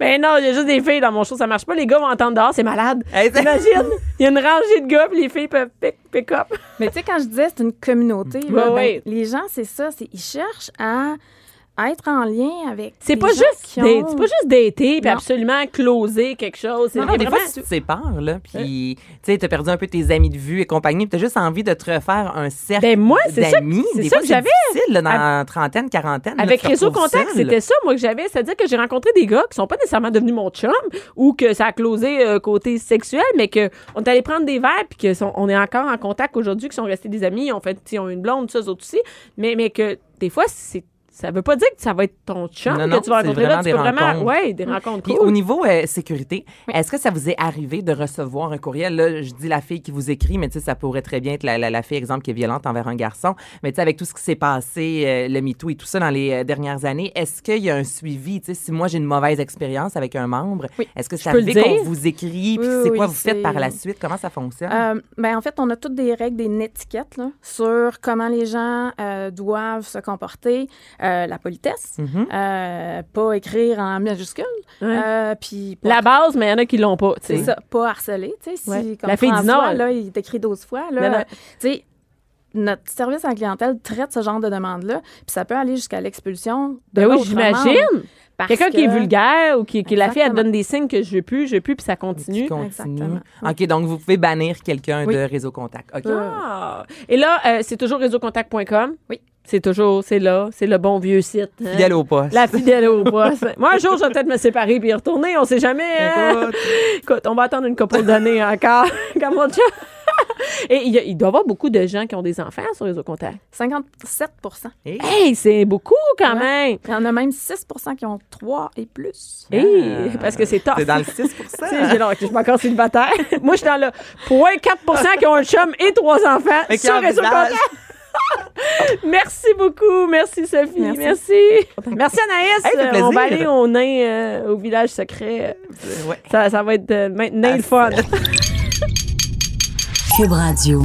ben non, il y a juste des filles dans mon show, ça marche pas. Les gars vont entendre dehors, c'est malade.
Hey, c'est-
<laughs> Imagine, il y a une rangée de gars, puis les filles peuvent pick, pick up.
Mais tu sais, quand je disais c'est une communauté,
Ouais,
là, ben,
ouais.
les gens, c'est ça, c'est ils cherchent à être en lien avec.
C'est
des
pas,
gens
juste
qui ont-
date- c'est pas juste dater, puis
Non.
absolument closer quelque chose. C'est
Non, non, des fois,
vraiment-
tu te sépares, là, puis tu sais, t'as perdu un peu tes amis de vue et compagnie, puis t'as juste envie de te refaire un cercle
Ben, moi, c'est ça-
d'amis.
c'est
Des
ça
fois,
que j'avais.
difficile, là, dans la trentaine, quarantaine. là,
Avec
tu te
Réseau
retrouves
Contact,
seule.
c'était ça, moi, que j'avais. C'est-à-dire que j'ai rencontré des gars qui sont pas nécessairement devenus mon chum ou que ça a closé euh, côté sexuel, mais que on est allé prendre des verres puis que sont- on est encore en contact aujourd'hui, qui sont restés des amis, ils ont fait, ils ont une blonde, ça, eux autres aussi. Mais, mais que des fois, c'est ça veut pas dire que ça va être ton chum
Non, non,
que tu vas
c'est
rencontrer là.
vraiment
Tu
des
peux vraiment.
rencontres.
Oui, des rencontres
Puis
cool.
au niveau euh, sécurité, est-ce que ça vous est arrivé de recevoir un courriel? Là, je dis la fille qui vous écrit, mais tu sais, ça pourrait très bien être la, la- la fille, exemple, qui est violente envers un garçon. Mais tu sais, avec tout ce qui s'est passé, euh, le MeToo et tout ça dans les euh, dernières années, est-ce qu'il y a un suivi? Tu sais, si moi j'ai une mauvaise expérience avec un membre,
Oui.
est-ce que
Je
c'est
peux le
arrivé qu'on
dire?
vous écrit? Puis
Oui,
c'est
oui,
quoi vous
c'est-
faites par la suite? Comment ça fonctionne?
Euh, ben, en fait, on a toutes des règles, des étiquettes là, sur comment les gens euh, doivent se comporter, Euh, la politesse,
Mhm.
euh, pas écrire en majuscule,
Ouais.
euh, puis pas-
La base, mais il y en a qui l'ont pas. tu sais.
c'est ça, pas harceler, tu sais, si
Ouais.
comme
La fille dit
François,
non.
là, il t'écrit 12 fois, là,
Non, non.
tu sais, notre service à la clientèle traite ce genre de demande-là, puis ça peut aller jusqu'à l'expulsion de
Ben oui,
l'autre membre,
j'imagine.
parce
Quelqu'un qui est
que-
vulgaire ou qui, que la fille, elle
Exactement.
donne des signes que je veux plus, je veux plus, puis ça
Qui
continue.
continue?
Exactement.
OK, donc vous pouvez bannir quelqu'un
Oui.
de Réseau Contact. OK.
Ah. Et là, euh, c'est toujours réseaucontact.com.
Oui.
C'est toujours, c'est là, c'est le bon vieux site. hein.
Fidèle au poste.
La fidèle au poste. <laughs> Moi, un jour, je vais peut-être me séparer puis y retourner, on sait jamais. hein.
Écoute.
Écoute, on va attendre une couple d'années
<laughs>
encore. <laughs> Comme on dit. Et il, y a- il doit y avoir beaucoup de gens qui ont des enfants sur Réseau Contact.
57
Hey, c'est beaucoup quand
Ouais.
même!
Il y en a même 6 qui ont 3 et plus.
Hey, parce que c'est top.
C'est Ah. dans le 6
j'ai donc, je suis encore célibataire. <laughs> Moi, je suis dans le 0.4 qui ont un chum et trois enfants
Mais qui
sur Réseau
envisagent.
Contact. Merci beaucoup. Merci, Sophie. Merci.
Merci.
Merci, Anaïs.
Hey, ça fait
Euh, on va
plaisir.
aller au nain, euh, au village secret.
Ouais. Ah,
Ça, ça va être euh, maintenant le fun.
Cube Radio.